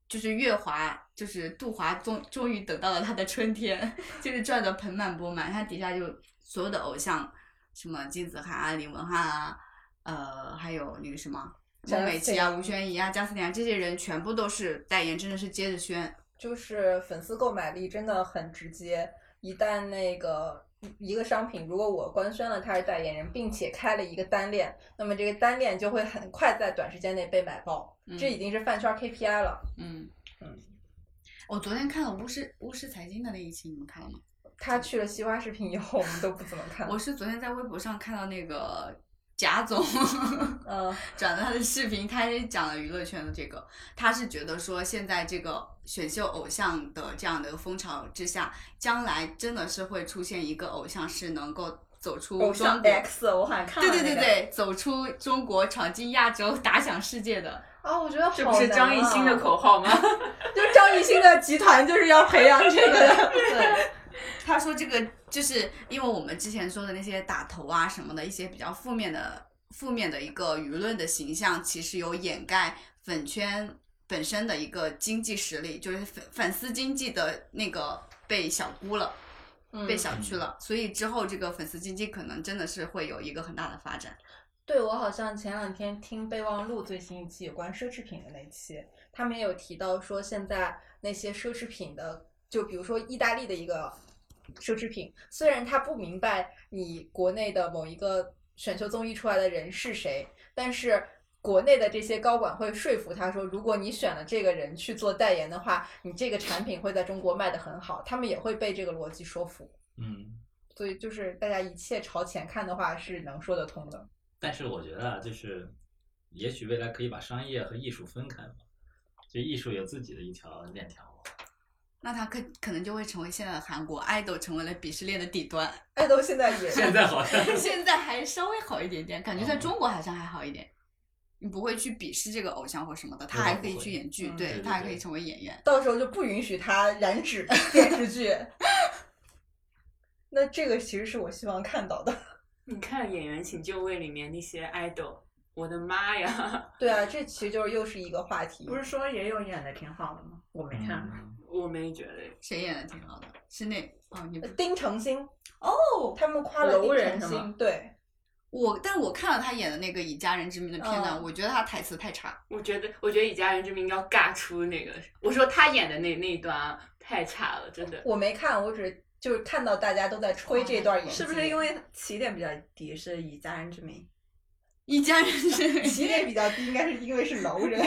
Speaker 2: 就是月华，就是杜华终终于等到了他的春天， 就是赚得盆满钵满。他底下就所有的偶像，什么金子涵啊、李文翰啊，呃，还有那个什么
Speaker 6: 贾
Speaker 2: 孟
Speaker 6: 斯
Speaker 2: 美岐啊、
Speaker 6: 汀
Speaker 2: 吴宣仪啊、加斯汀啊，这些人全部都是代言，真的是接着宣。
Speaker 6: 就是粉丝购买力真的很直接。一旦那个一个商品，如果我官宣了他是代言人，并且开了一个单链，那么这个单链就会很快在短时间内被买爆，
Speaker 2: 嗯
Speaker 6: 这已经是饭圈 KPI 了。
Speaker 2: 嗯
Speaker 6: 嗯，
Speaker 2: 我昨天看了巫师巫师财经的那一期，你们看了吗？
Speaker 6: 他去了西瓜视频以后，我们都不怎么看。
Speaker 2: 我是昨天在微博上看到那个 贾总
Speaker 6: 嗯，
Speaker 2: 转的他的视频，他是讲了娱乐圈的这个，他是觉得说现在这个选秀偶像的这样的一个风潮之下，将来真的是会出现一个偶像是能够。走出
Speaker 6: 偶
Speaker 2: 中
Speaker 6: 像
Speaker 2: 国。
Speaker 6: X，我好像看了
Speaker 2: 对对对
Speaker 6: 那个
Speaker 2: 对，走出中国，闯进亚洲，打响世界的。
Speaker 6: 啊，我觉得好
Speaker 5: 这不是
Speaker 6: 难
Speaker 5: 张艺
Speaker 6: 啊
Speaker 5: 兴的，口号吗？
Speaker 6: 就是张艺兴的集团就是要培养这个的，对，
Speaker 2: 他说这个就是因为我们之前说的那些打头啊什么的一些比较负面的负面的一个舆论的形象，其实有掩盖粉圈本身的一个经济实力，就是粉粉丝经济的那个被小估了，
Speaker 6: 嗯
Speaker 2: 被小觑了，所以之后这个粉丝经济可能真的是会有一个很大的发展。
Speaker 6: 对，我好像前两天听备忘录最新一期有关奢侈品的那期，他们也有提到说，现在那些奢侈品的，就比如说意大利的一个奢侈品，虽然他不明白你国内的某一个选秀综艺出来的人是谁，但是。国内的这些高管会说服他说，如果你选了这个人去做代言的话，你这个产品会在中国卖得很好，他们也会被这个逻辑说服。
Speaker 1: 嗯，
Speaker 6: 所以就是大家一切朝前看的话是能说得通的。
Speaker 1: 但是我觉得啊，就是也许未来可以把商业和艺术分开嘛，就艺术有自己的一条链条嘛。
Speaker 2: 那他可可能就会成为现在的韩国爱豆，成为了鄙视链的底端。
Speaker 6: 爱豆现在也
Speaker 1: 现在好 像
Speaker 2: 现在还稍微好一点点，感觉在
Speaker 1: 嗯
Speaker 2: 中国好像还好一点。你不会去鄙视这个偶像或什么的，他
Speaker 1: 对
Speaker 2: 还
Speaker 1: 不
Speaker 2: 可以
Speaker 1: 会
Speaker 2: 去演剧，
Speaker 6: 嗯
Speaker 1: 对
Speaker 2: 对
Speaker 1: 对
Speaker 2: 他还可
Speaker 1: 对
Speaker 2: 以成为演员。
Speaker 6: 到时候就不允许他染 指电视剧。那这个其实是我希望看到的。
Speaker 5: 你看《演员请就位》里面那些 idol，我的妈呀！
Speaker 6: 对啊，这其实就是又是一个话题。
Speaker 10: 不是说也有演的挺好的吗？我没看。
Speaker 1: 嗯，
Speaker 5: 我没觉得，
Speaker 2: 谁演的挺好的？是那哦，你不
Speaker 6: 呃丁程鑫哦，他们夸了
Speaker 10: 楼
Speaker 6: 丁
Speaker 10: 人
Speaker 6: 程
Speaker 10: 是
Speaker 6: 鑫，
Speaker 10: 吗
Speaker 6: 对，
Speaker 2: 我，但我看了他演的那个《以家人之名》的片段，
Speaker 6: 嗯
Speaker 2: 我觉得他台词太差。
Speaker 5: 我觉得，我觉得《以家人之名》要尬出那个，我说他演的那那一段啊，太差了，真的。
Speaker 6: 我没看，我只是就是看到大家都在吹这段演技，
Speaker 10: 是不是因为起点比较低，是以家人之名？
Speaker 2: 一家人之 名，
Speaker 6: 起点比较低？应该是因为是楼 人。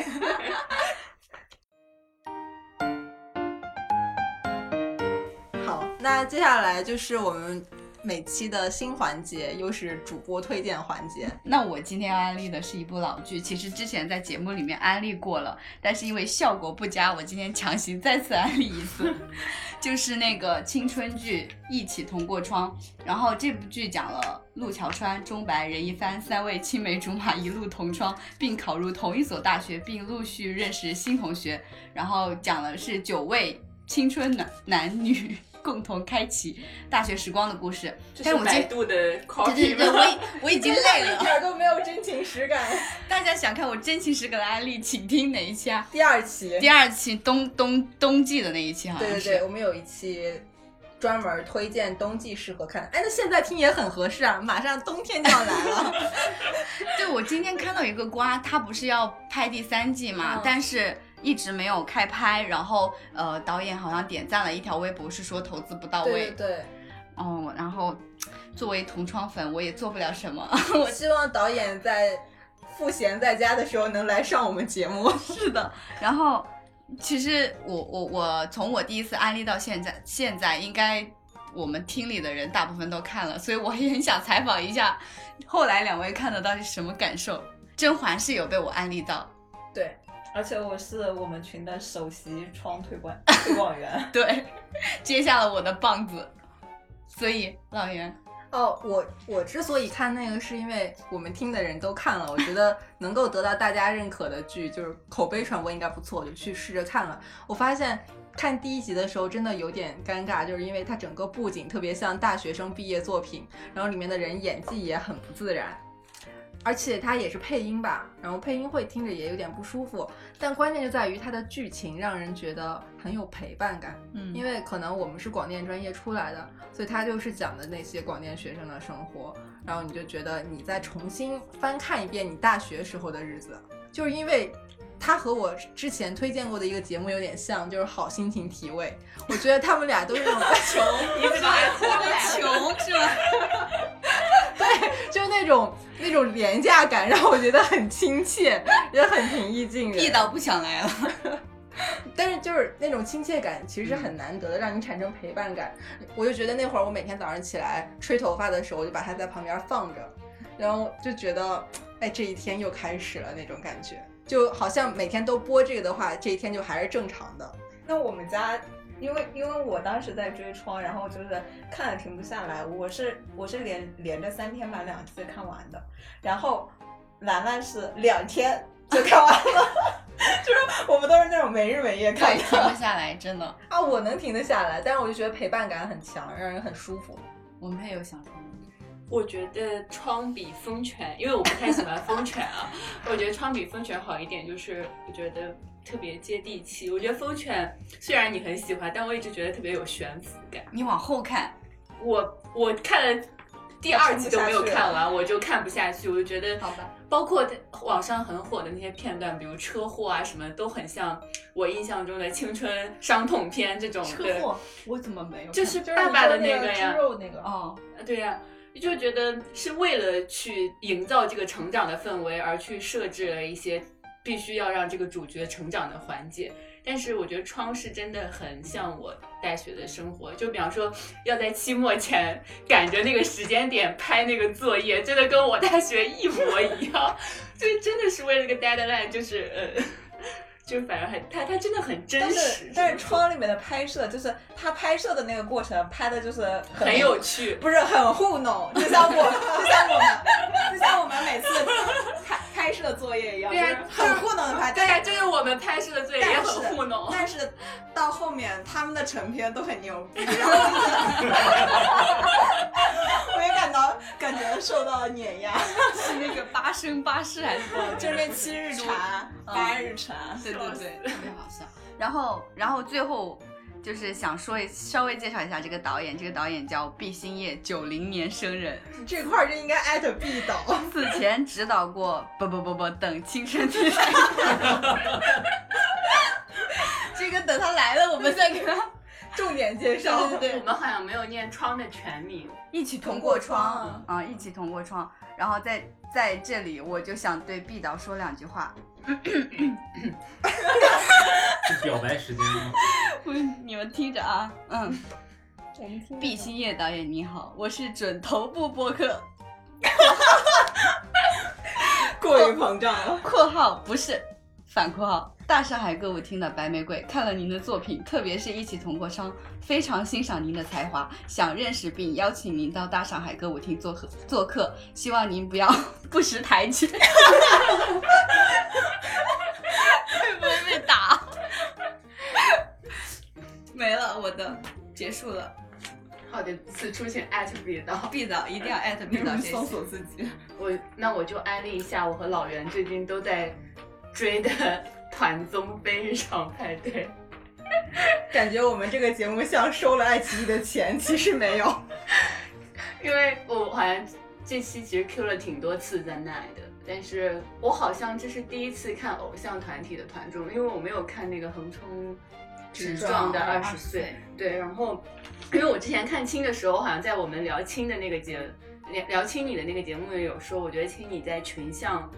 Speaker 4: 好，那接下来就是我们每期的新环节，又是主播推荐环节。
Speaker 2: 那我今天要安利的是一部老剧，其实之前在节目里面安利过了，但是因为效果不佳，我今天强行再次安利一 次，就是那个青春剧《一起同过窗》。然后这部剧讲了陆桥川、钟白、任一帆三位青梅竹马一路同窗，并考入同一所大学，并陆续认识新同学。然后讲的是九位青春男男女 共同开启大学时光的故事。
Speaker 5: 这
Speaker 2: 但
Speaker 5: 是
Speaker 2: 我今
Speaker 5: 百度的
Speaker 2: 对对
Speaker 5: copy
Speaker 2: 对，我
Speaker 5: 吗？
Speaker 2: 已我已经累了
Speaker 6: 一。点都没有真情实感。
Speaker 2: 大家想看我真情实感的案例，请听哪一期啊？
Speaker 6: 第二期，
Speaker 2: 第二期冬冬冬季的那一期好像
Speaker 6: 对对
Speaker 2: 是。
Speaker 6: 对，我们有一期专门推荐冬季适合看的。哎，那现在听也很合适啊，马上冬天就要来了。
Speaker 2: 对我今天看到一个瓜，他不是要拍第三季嘛，
Speaker 6: 嗯
Speaker 2: 但是一直没有开拍，然后呃，导演好像点赞了一条微博，是说投资不到位。
Speaker 6: 对对对。
Speaker 2: 哦，然后作为同窗粉，我也做不了什么。
Speaker 6: 我希望导演在赋闲在家的时候能来上我们节目。
Speaker 2: 是的，然后其实我我我从我第一次安利到现在，现在应该我们厅里的人大部分都看了，所以我也很想采访一下后来两位看的到底是什么感受。甄嬛是有被我安利到，
Speaker 6: 对，
Speaker 10: 而且我是我们群的首席窗推 广推广员。
Speaker 2: 对，接下了我的棒子，所以老袁，
Speaker 6: 哦，我我
Speaker 4: 之所以看那个，是因为我们听的人都看了，我觉得能够得到大家认可的剧，就是口碑传播应该不错，我就去试着看了。我发现看第一集的时候真的有点尴尬，就是因为它整个布景特别像大学生毕业作品，然后里面的人演技也很不自然。而且它也是配音吧，然后配音会听着也有点不舒服，但关键就在于它的剧情让人觉得很有陪伴感。
Speaker 2: 嗯
Speaker 4: 因为可能我们是广电专业出来的，所以他就是讲的那些广电学生的生活，然后你就觉得你再重新翻看一遍你大学时候的日子，就是因为。他和我之前推荐过的一个节目有点像，就是《好心情提味》。我觉得他们俩都是那种穷，
Speaker 5: 你怎么还活来？
Speaker 2: 穷是吧？
Speaker 4: 对， 就是那种那种廉价感，让我觉得很亲切，也很平易近人。
Speaker 2: 屁倒不想来了。
Speaker 4: 但是就是那种亲切感，其实是很难得的，让你产生陪伴感。我就觉得那会儿我每天早上起来吹头发的时候，我就把它在旁边放着，然后就觉得，哎，这一天又开始了那种感觉，就好像每天都播这个的话，这一天就还是正常的。
Speaker 6: 那我们家
Speaker 10: 因为因为我当时在追窗，然后就是看了停不下来，我是我是连连着三天把两季看完的，然后兰兰是两天就看完了， 就是我们都是那种没日没夜看
Speaker 2: 对，停
Speaker 10: 的
Speaker 2: 不下来，真的。
Speaker 6: 啊，我能停得下来，但是我就觉得陪伴感很强，让人很舒服。
Speaker 2: 文佩有想说吗？
Speaker 5: 我觉得窗比风犬，因为我不太喜欢风犬啊，我觉得窗比风犬好一点，就是我觉得特别接地气。我觉得风犬虽然你很喜欢，但我一直觉得特别有悬浮感。
Speaker 2: 你往后看，
Speaker 5: 我我看了第二季都没有看完，我就看不下去，我就觉得
Speaker 2: 好吧，
Speaker 5: 包括在网上很火的那些片段，比如车祸啊什么，都很像我印象中的青春伤痛片这种的。
Speaker 2: 车祸，我怎么没有看？
Speaker 5: 就是
Speaker 6: 就是
Speaker 5: 爸爸的
Speaker 6: 那
Speaker 5: 个呀
Speaker 6: 猪，肉那个，
Speaker 2: 哦，
Speaker 5: 对呀、就觉得是为了去营造这个成长的氛围而去设置了一些必须要让这个主角成长的环节。但是我觉得窗是真的很像我大学的生活，就比方说要在期末前赶着那个时间点拍那个作业，真的跟我大学一模一样，就真的是为了这个 deadline，就是呃，就反正很他他真的很真
Speaker 10: 但
Speaker 5: 实
Speaker 10: 是，但是窗里面的拍摄，就是他拍摄的那个过程，拍的就是很
Speaker 5: 很有趣，
Speaker 10: 不是很糊弄， 就像我，就像我 们，就像我们每次拍拍摄作业一样，
Speaker 5: 对呀
Speaker 10: 就是很糊弄的拍。
Speaker 5: 对呀、
Speaker 10: 但
Speaker 5: 就是我们拍摄的作业也很糊弄。
Speaker 10: 但是到后面他们的成片都很牛 逼，然后就是我也感到感觉受到了碾压，
Speaker 2: 是那个八生八世还是多 少？
Speaker 10: 就是那七日
Speaker 6: 啊
Speaker 10: 茶、
Speaker 5: 啊
Speaker 10: 八日茶，
Speaker 4: 对对对，
Speaker 2: 特别 好笑。然后，然后最后就是想说一稍微介绍一下这个导演，这个导演叫毕兴业，九零年生人，
Speaker 6: 这块儿就应该艾特 B 导。
Speaker 2: 此前指导过《不不不不》等青春题材。 这个等他来了，我们再给他
Speaker 6: 重点介绍。
Speaker 2: 对对对
Speaker 5: 我们好像没有念窗的全名，
Speaker 2: 一起
Speaker 10: 通
Speaker 2: 同
Speaker 10: 过
Speaker 2: 过
Speaker 10: 窗
Speaker 2: 窗啊，一起同过窗。然后在在这里，我就想对毕导说两句话。
Speaker 1: 是表白时间吗？
Speaker 2: 我你们听着啊，嗯，毕兴业导演你好，我是准头部播客
Speaker 10: 过于膨胀了
Speaker 2: （括号不是反括号）大上海歌舞厅的白玫瑰，看了您的作品，特别是一起同过窗，非常欣赏您的才华，想认识并邀请您到大上海歌舞厅做客做客，希望您不要不识抬举。 会不会被打？
Speaker 4: 没了，我的结束了。
Speaker 5: 好的，此处请艾特别到。
Speaker 4: 毕导一定要艾特毕导这
Speaker 10: 搜
Speaker 4: 些。
Speaker 10: 索自己。
Speaker 5: 我那我就安利一下，我和老袁最近都在追的团综《非日常派对》。
Speaker 6: 感觉我们这个节目像收了爱奇艺的钱，其实没有。
Speaker 5: 因为我好像这期其实 Q 了挺多次在那里的，但是我好像这是第一次看偶像团体的团综，因为我没有看那个横冲直撞的二十岁，对，然后因为我之前看青的时候，好像在我们聊青的那个节聊聊青你的那个节目也有说，我觉得青你在群像。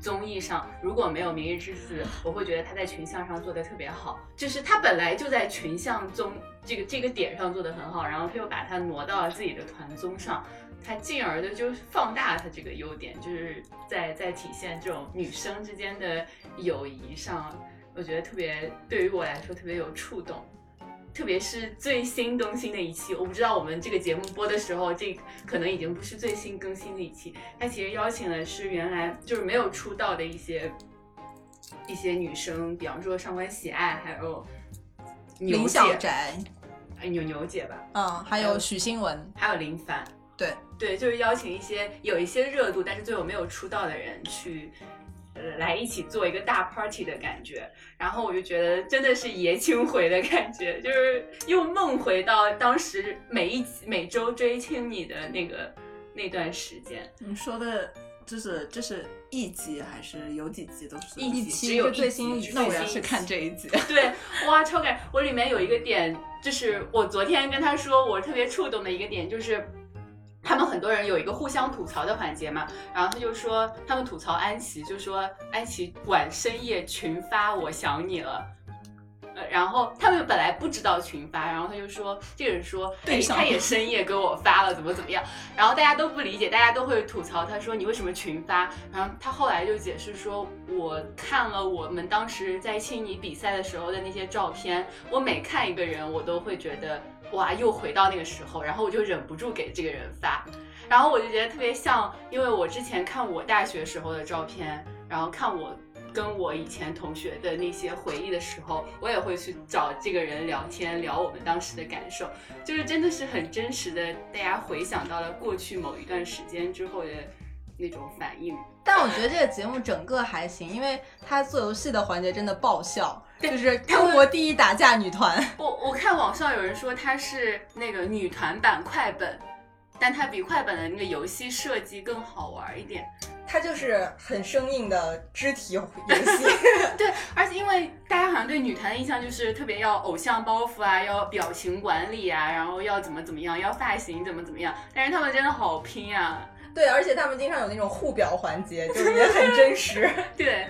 Speaker 5: 综艺上如果没有《明日之子》，我会觉得他在群像上做的特别好，就是他本来就在群像综这个这个点上做的很好，然后他又把它挪到了自己的团综上，他进而的就是放大他这个优点，就是在在体现这种女生之间的友谊上，我觉得特别对于我来说特别有触动。特别是最新更新的一期，我不知道我们这个节目播的时候，这个可能已经不是最新更新的一期。它其实邀请的是原来就是没有出道的一些一些女生，比方说上官喜爱，还有牛
Speaker 4: 林
Speaker 5: 姐，
Speaker 4: 小宅，
Speaker 5: 哎牛牛姐吧，
Speaker 4: 嗯，还有许新文，
Speaker 5: 还有林凡，
Speaker 4: 对
Speaker 5: 对，就是邀请一些有一些热度，但是最后没有出道的人去，呃，来一起做一个大 party 的感觉。然后我就觉得真的是爷青回的感觉，就是又梦回到当时每一集每周追青你的那个那段时间，
Speaker 10: 你说的就是这是一集还是有几集都是
Speaker 5: 一集
Speaker 10: 集
Speaker 5: 只有
Speaker 10: 就最新
Speaker 5: 一集
Speaker 10: 那我要
Speaker 5: 最新
Speaker 10: 去
Speaker 5: 一集
Speaker 10: 看这一集。
Speaker 5: 对，哇，超感！我里面有一个点，就是我昨天跟他说，我特别触动的一个点就是。他们很多人有一个互相吐槽的环节嘛，然后他就说他们吐槽安琪，就说安琪晚深夜群发我想你了，呃然后他们本来不知道群发，然后他就说这个人说，哎，他也深夜给我发了，怎么怎么样，然后大家都不理解，大家都会吐槽他说你为什么群发，然后他后来就解释说，我看了我们当时在青你比赛的时候的那些照片，我每看一个人，我都会觉得哇，又回到那个时候，然后我就忍不住给这个人发，然后我就觉得特别像，因为我之前看我大学时候的照片，然后看我跟我以前同学的那些回忆的时候，我也会去找这个人聊天，聊我们当时的感受，就是真的是很真实的，大家回想到了过去某一段时间之后的那种反应。
Speaker 4: 但我觉得这个节目整个还行，因为他做游戏的环节真的爆笑，
Speaker 5: 对
Speaker 4: 就是
Speaker 5: 他会
Speaker 4: 中国第一打架女团。
Speaker 5: 我我看网上有人说它是那个女团版快本，但它比快本的那个游戏设计更好玩一点。
Speaker 6: 它就是很生硬的肢体游戏，
Speaker 5: 对，而且因为大家好像对女团的印象就是特别要偶像包袱啊，要表情管理啊，然后要怎么怎么样，要发型怎么怎么样。但是他们真的好拼啊！
Speaker 6: 对，而且他们经常有那种互表环节，就是也很真实。
Speaker 5: 对，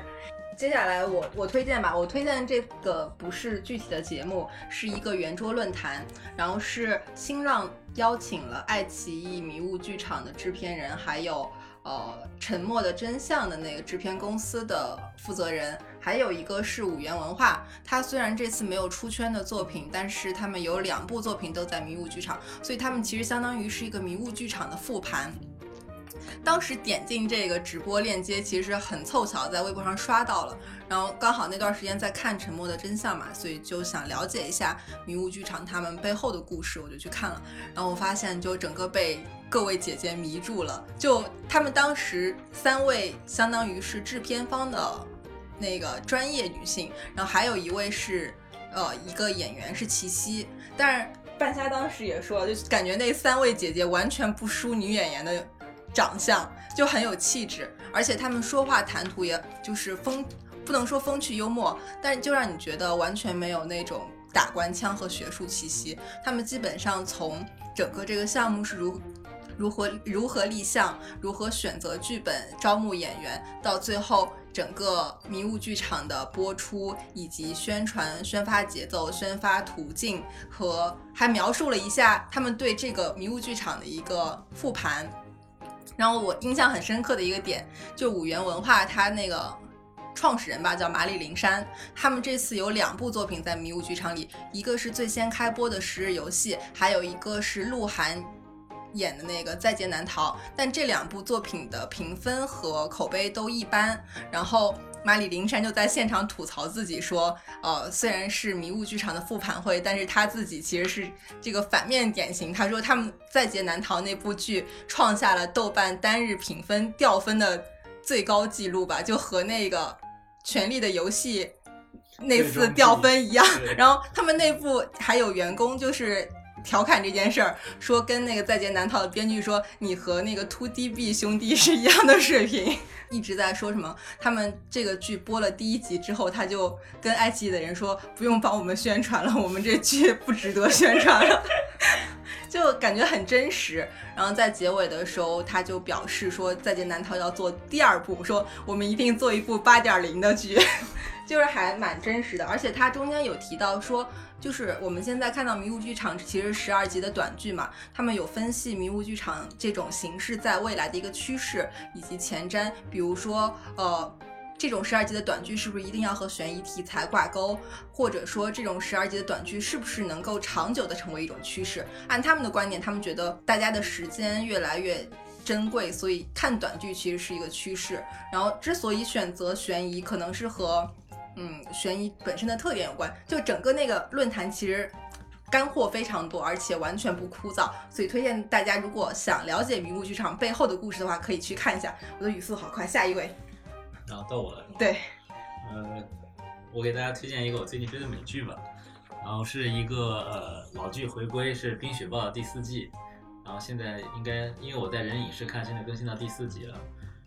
Speaker 4: 接下来我我推荐吧，我推荐这个不是具体的节目，是一个圆桌论坛，然后是新浪邀请了爱奇艺迷雾剧场的制片人，还有呃《沉默的真相》的那个制片公司的负责人，还有一个是五元文化。他虽然这次没有出圈的作品，但是他们有两部作品都在迷雾剧场，所以他们其实相当于是一个迷雾剧场的复盘。当时点进这个直播链接，其实很凑巧，在微博上刷到了，然后刚好那段时间在看《沉默的真相》嘛，所以就想了解一下迷雾剧场他们背后的故事，我就去看了。然后我发现，就整个被各位姐姐迷住了。就他们当时三位，相当于是制片方的那个专业女性，然后还有一位是呃一个演员是齐溪，但是
Speaker 6: 半夏当时也说，就是
Speaker 4: 感觉那三位姐姐完全不输女演员的长相，就很有气质，而且她们说话谈吐也就是风，不能说风趣幽默，但是就让你觉得完全没有那种打官腔和学术气息。她们基本上从整个这个项目是如。如何如何立项，如何选择剧本、招募演员，到最后整个迷雾剧场的播出以及宣传、宣发节奏、宣发途径，和还描述了一下他们对这个迷雾剧场的一个复盘。然后我印象很深刻的一个点，就五元文化它那个创始人吧，叫麻里林山，他们这次有两部作品在迷雾剧场里，一个是最先开播的《十日游戏》，还有一个是鹿晗。演的那个《在劫难逃》，但这两部作品的评分和口碑都一般。然后马里林山就在现场吐槽自己说：“呃，虽然是迷雾剧场的复盘会，但是他自己其实是这个反面典型。他说他们《在劫难逃》那部剧创下了豆瓣单日评分掉分的最高纪录吧，就和那个《权力的游戏》 那
Speaker 1: 最终
Speaker 4: 次
Speaker 1: 之
Speaker 4: 掉
Speaker 1: 一
Speaker 4: 分一样。
Speaker 1: 对
Speaker 4: 然后他们内部还有员工就是调侃这件事儿，说跟那个《在劫难逃》的编剧说，你和那个 Two D B 兄弟是一样的水平， 一直在说什么他们这个剧播了第一集之后，他就跟爱奇艺的人说，不用帮我们宣传了，我们这剧不值得宣传了。 就感觉很真实，然后在结尾的时候，他就表示说《在劫难逃》要做第二部，说我们一定做一部八点零的剧。就是还蛮真实的，而且它中间有提到说，就是我们现在看到迷雾剧场其实十二集的短剧嘛，他们有分析迷雾剧场这种形式在未来的一个趋势以及前瞻，比如说呃。这种十二集的短剧是不是一定要和悬疑题材挂钩，或者说这种十二集的短剧是不是能够长久的成为一种趋势？按他们的观点，他们觉得大家的时间越来越珍贵，所以看短剧其实是一个趋势。然后之所以选择悬疑，可能是和嗯悬疑本身的特点有关。就整个那个论坛其实干货非常多，而且完全不枯燥，所以推荐大家如果想了解迷雾剧场背后的故事的话，可以去看一下。我的语速好快，下一位，
Speaker 1: 然后到我了是吗？
Speaker 4: 对，
Speaker 1: 呃，我给大家推荐一个我最近追的美剧吧，然后是一个呃老剧回归，是《冰雪暴》的第四季，然后现在应该因为我在人影视看，现在更新到第四集了，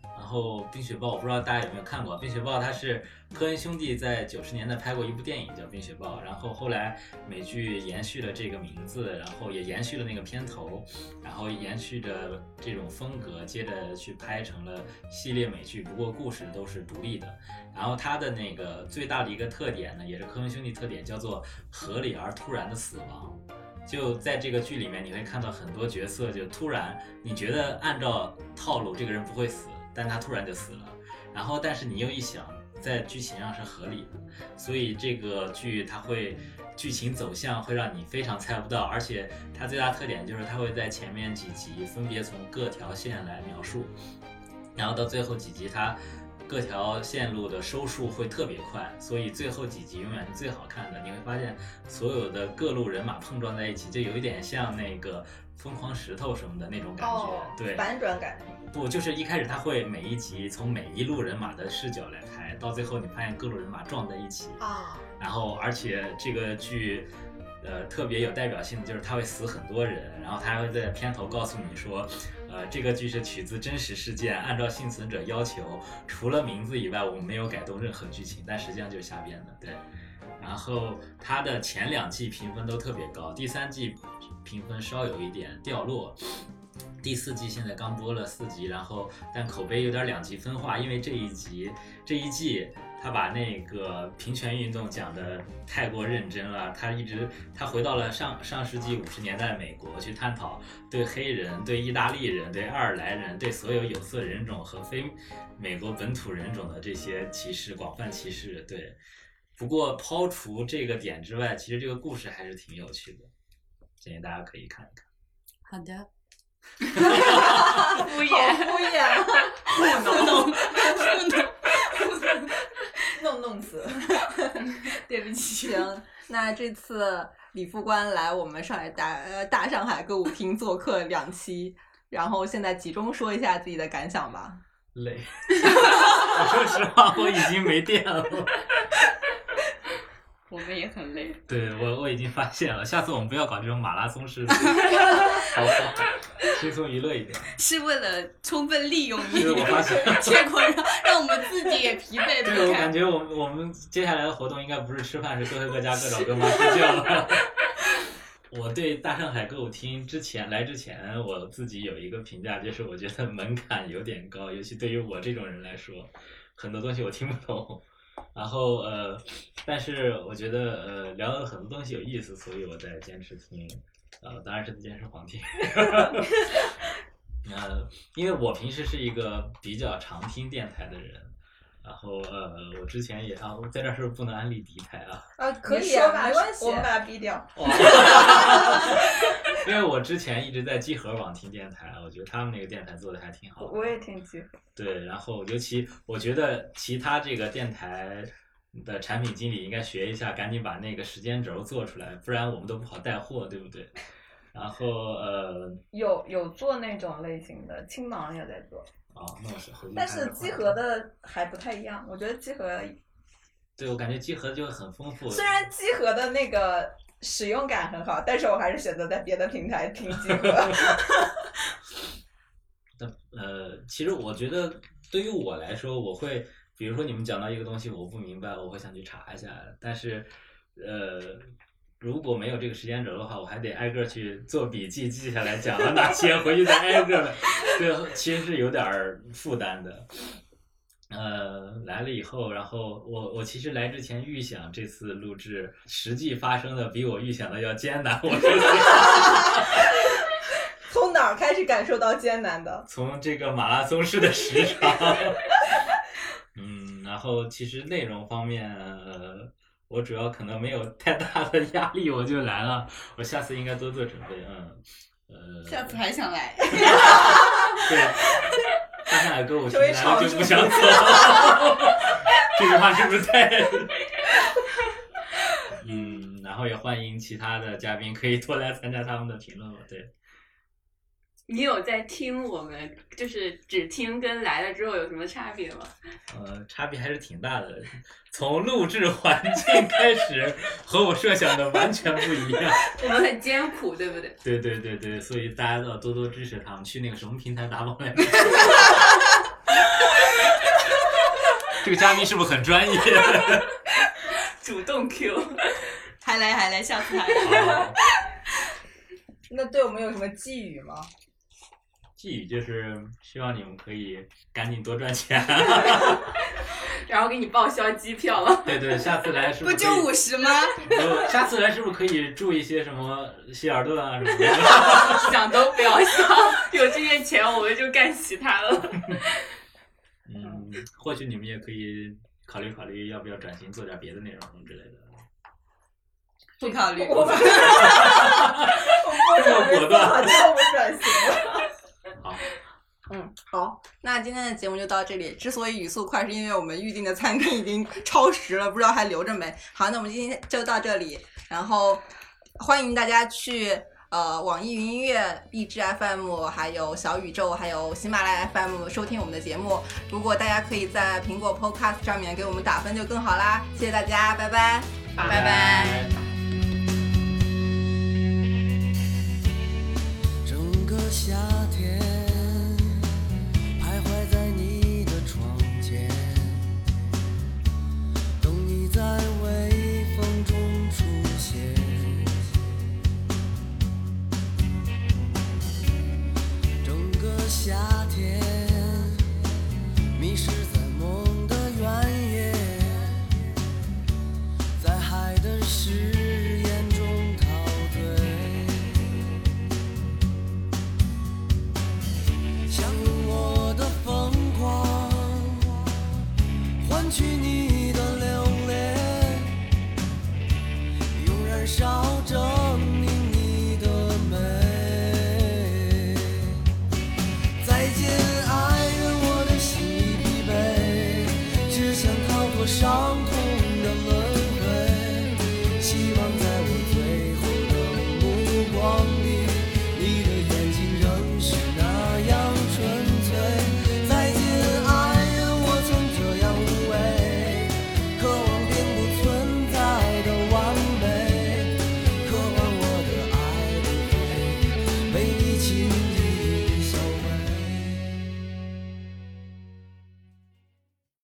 Speaker 1: 然后《冰雪暴》，我不知道大家有没有看过，《冰雪暴》它是科恩兄弟在九十年代拍过一部电影叫《冰雪暴》，然后后来美剧延续了这个名字，然后也延续了那个片头，然后延续着这种风格，接着去拍成了系列美剧，不过故事都是独立的。然后它的那个最大的一个特点呢，也是科恩兄弟特点，叫做合理而突然的死亡。就在这个剧里面，你会看到很多角色就突然，你觉得按照套路这个人不会死，但他突然就死了。然后，但是你又一想，在剧情上是合理的，所以这个剧它会剧情走向会让你非常猜不到，而且它最大特点就是它会在前面几集分别从各条线来描述，然后到最后几集它。各条线路的收束会特别快，所以最后几集永远是最好看的。你会发现，所有的各路人马碰撞在一起，就有一点像那个疯狂石头什么的那种感觉。
Speaker 5: 哦
Speaker 1: 对，
Speaker 6: 反转感。
Speaker 1: 不，就是一开始他会每一集从每一路人马的视角来拍，到最后你发现各路人马撞在一起
Speaker 6: 啊。
Speaker 1: 然后，而且这个剧，呃，特别有代表性的就是他会死很多人，然后他还会在片头告诉你说，呃，这个剧是取自真实事件，按照幸存者要求，除了名字以外，我们没有改动任何剧情，但实际上就是瞎编的，对。然后它的前两季评分都特别高，第三季评分稍有一点掉落。第四季现在刚播了四集，然后但口碑有点两极分化，因为这一集这一季他把那个平权运动讲得太过认真了，他一直他回到了上上世纪五十年代美国去探讨对黑人、对意大利人、对爱尔兰人、对所有有色人种和非美国本土人种的这些歧视，广泛歧视。对，不过抛除这个点之外，其实这个故事还是挺有趣的，建议大家可以看一看。
Speaker 4: 好的，
Speaker 5: 敷衍，
Speaker 6: 敷衍，
Speaker 10: 弄弄死。
Speaker 4: 对不起。行，那这次李副官来我们上海大呃大上海歌舞厅做客两期，然后现在集中说一下自己的感想吧。
Speaker 1: 累， 我说实话，我已经没电了。
Speaker 5: 我们也很累。
Speaker 1: 对我，我已经发现了，下次我们不要搞这种马拉松 式的，好吧轻松娱乐一点。
Speaker 2: 是为了充分利用你
Speaker 1: 因为，我发现，
Speaker 2: 结果让让我们自己也疲惫
Speaker 1: 对
Speaker 2: 不
Speaker 1: 我
Speaker 2: 堪
Speaker 1: 感。觉我们我们接下来的活动应该不是吃饭，是各回各家各找各妈睡觉了。我对大上海歌舞厅之前来之前，我自己有一个评价，就是我觉得门槛有点高，尤其对于我这种人来说，很多东西我听不懂。然后呃，但是我觉得呃聊了很多东西有意思，所以我在坚持听，呃，当然是坚持黄听。 呃，因为我平时是一个比较常听电台的人，然后呃，我之前也啊，我在这儿是不是不能安利敌台啊？
Speaker 6: 啊，可
Speaker 10: 你
Speaker 6: 以
Speaker 10: 说
Speaker 6: 啊，
Speaker 10: 吧
Speaker 6: 没关系，
Speaker 10: 我们把它逼掉。
Speaker 1: 因为我之前一直在集合网听电台，啊我觉得他们那个电台做的还挺好的。
Speaker 10: 我也挺急。
Speaker 1: 对，然后尤其我觉得其他这个电台的产品经理应该学一下，赶紧把那个时间轴做出来，不然我们都不好带货，对不对？然后呃，
Speaker 10: 有有做那种类型的，青芒也在做，
Speaker 1: 啊、那我是回去
Speaker 10: 但
Speaker 1: 看
Speaker 10: 是
Speaker 1: 看
Speaker 10: 集合的还不太一样。我觉得集合
Speaker 1: 对我感觉集合就很丰富。
Speaker 10: 虽然集合的那个使用感很好，但是我还是选择在别的平台听集合。
Speaker 1: 呃，其实我觉得对于我来说，我会比如说你们讲到一个东西我不明白，我会想去查一下，但是呃，如果没有这个时间轴的话，我还得挨个儿去做笔记，记下来讲了哪些，回去再挨个的，对，其实是有点儿负担的。呃，来了以后，然后我我其实来之前预想这次录制实际发生的比我预想的要艰难，我觉得。
Speaker 6: 从哪儿开始感受到艰难的？
Speaker 1: 从这个马拉松式的时长，嗯，然后其实内容方面，呃，我主要可能没有太大的压力，我就来了。我下次应该多做准备，嗯，呃，
Speaker 2: 下次还想来，
Speaker 1: 对，大上海歌舞厅
Speaker 6: 成为
Speaker 1: 来了
Speaker 6: 常
Speaker 1: 就
Speaker 6: 驻
Speaker 1: 不想走， 这句话是不是太？嗯，然后也欢迎其他的嘉宾可以多来参加他们的评论了，对。
Speaker 5: 你有在听我们，就是只听跟来了之后有什么差别吗？
Speaker 1: 呃，差别还是挺大的，从录制环境开始和我设想的完全不一样。
Speaker 5: 我们很艰苦，对不对？
Speaker 1: 对对对对，所以大家都要多多支持他们，去那个什么平台打榜来。 这个嘉宾是不是很专业？
Speaker 5: 主动 Q，
Speaker 4: 还来还来，下次还来。
Speaker 1: 好
Speaker 6: 那对我们有什么寄语吗？
Speaker 1: 寄语就是希望你们可以赶紧多赚钱。啊
Speaker 5: 然后给你报销机票了。
Speaker 1: 对对，下次来是
Speaker 2: 不
Speaker 1: 是
Speaker 2: 就五
Speaker 1: 十？
Speaker 2: 十吗？
Speaker 1: 呃下次来 是不是可以住一些什么希尔顿啊什么的？
Speaker 5: 想都不要想，有这些钱我们就干其他了。
Speaker 1: 嗯，或许你们也可以考虑考虑，要不要转型做点别的内容什么之类的。
Speaker 4: 不考虑。
Speaker 1: 这么果断，
Speaker 6: 我们转型了。
Speaker 1: 好，
Speaker 4: 嗯，好，那今天的节目就到这里。之所以语速快，是因为我们预定的餐厅已经超时了，不知道还留着没。好，那我们今天就到这里，然后欢迎大家去呃网易云音乐、荔枝 FM、还有小宇宙、还有喜马拉雅 FM 收听我们的节目。如果大家可以在苹果 Podcast 上面给我们打分就更好啦。谢谢大家，拜拜。
Speaker 1: 拜
Speaker 2: 拜。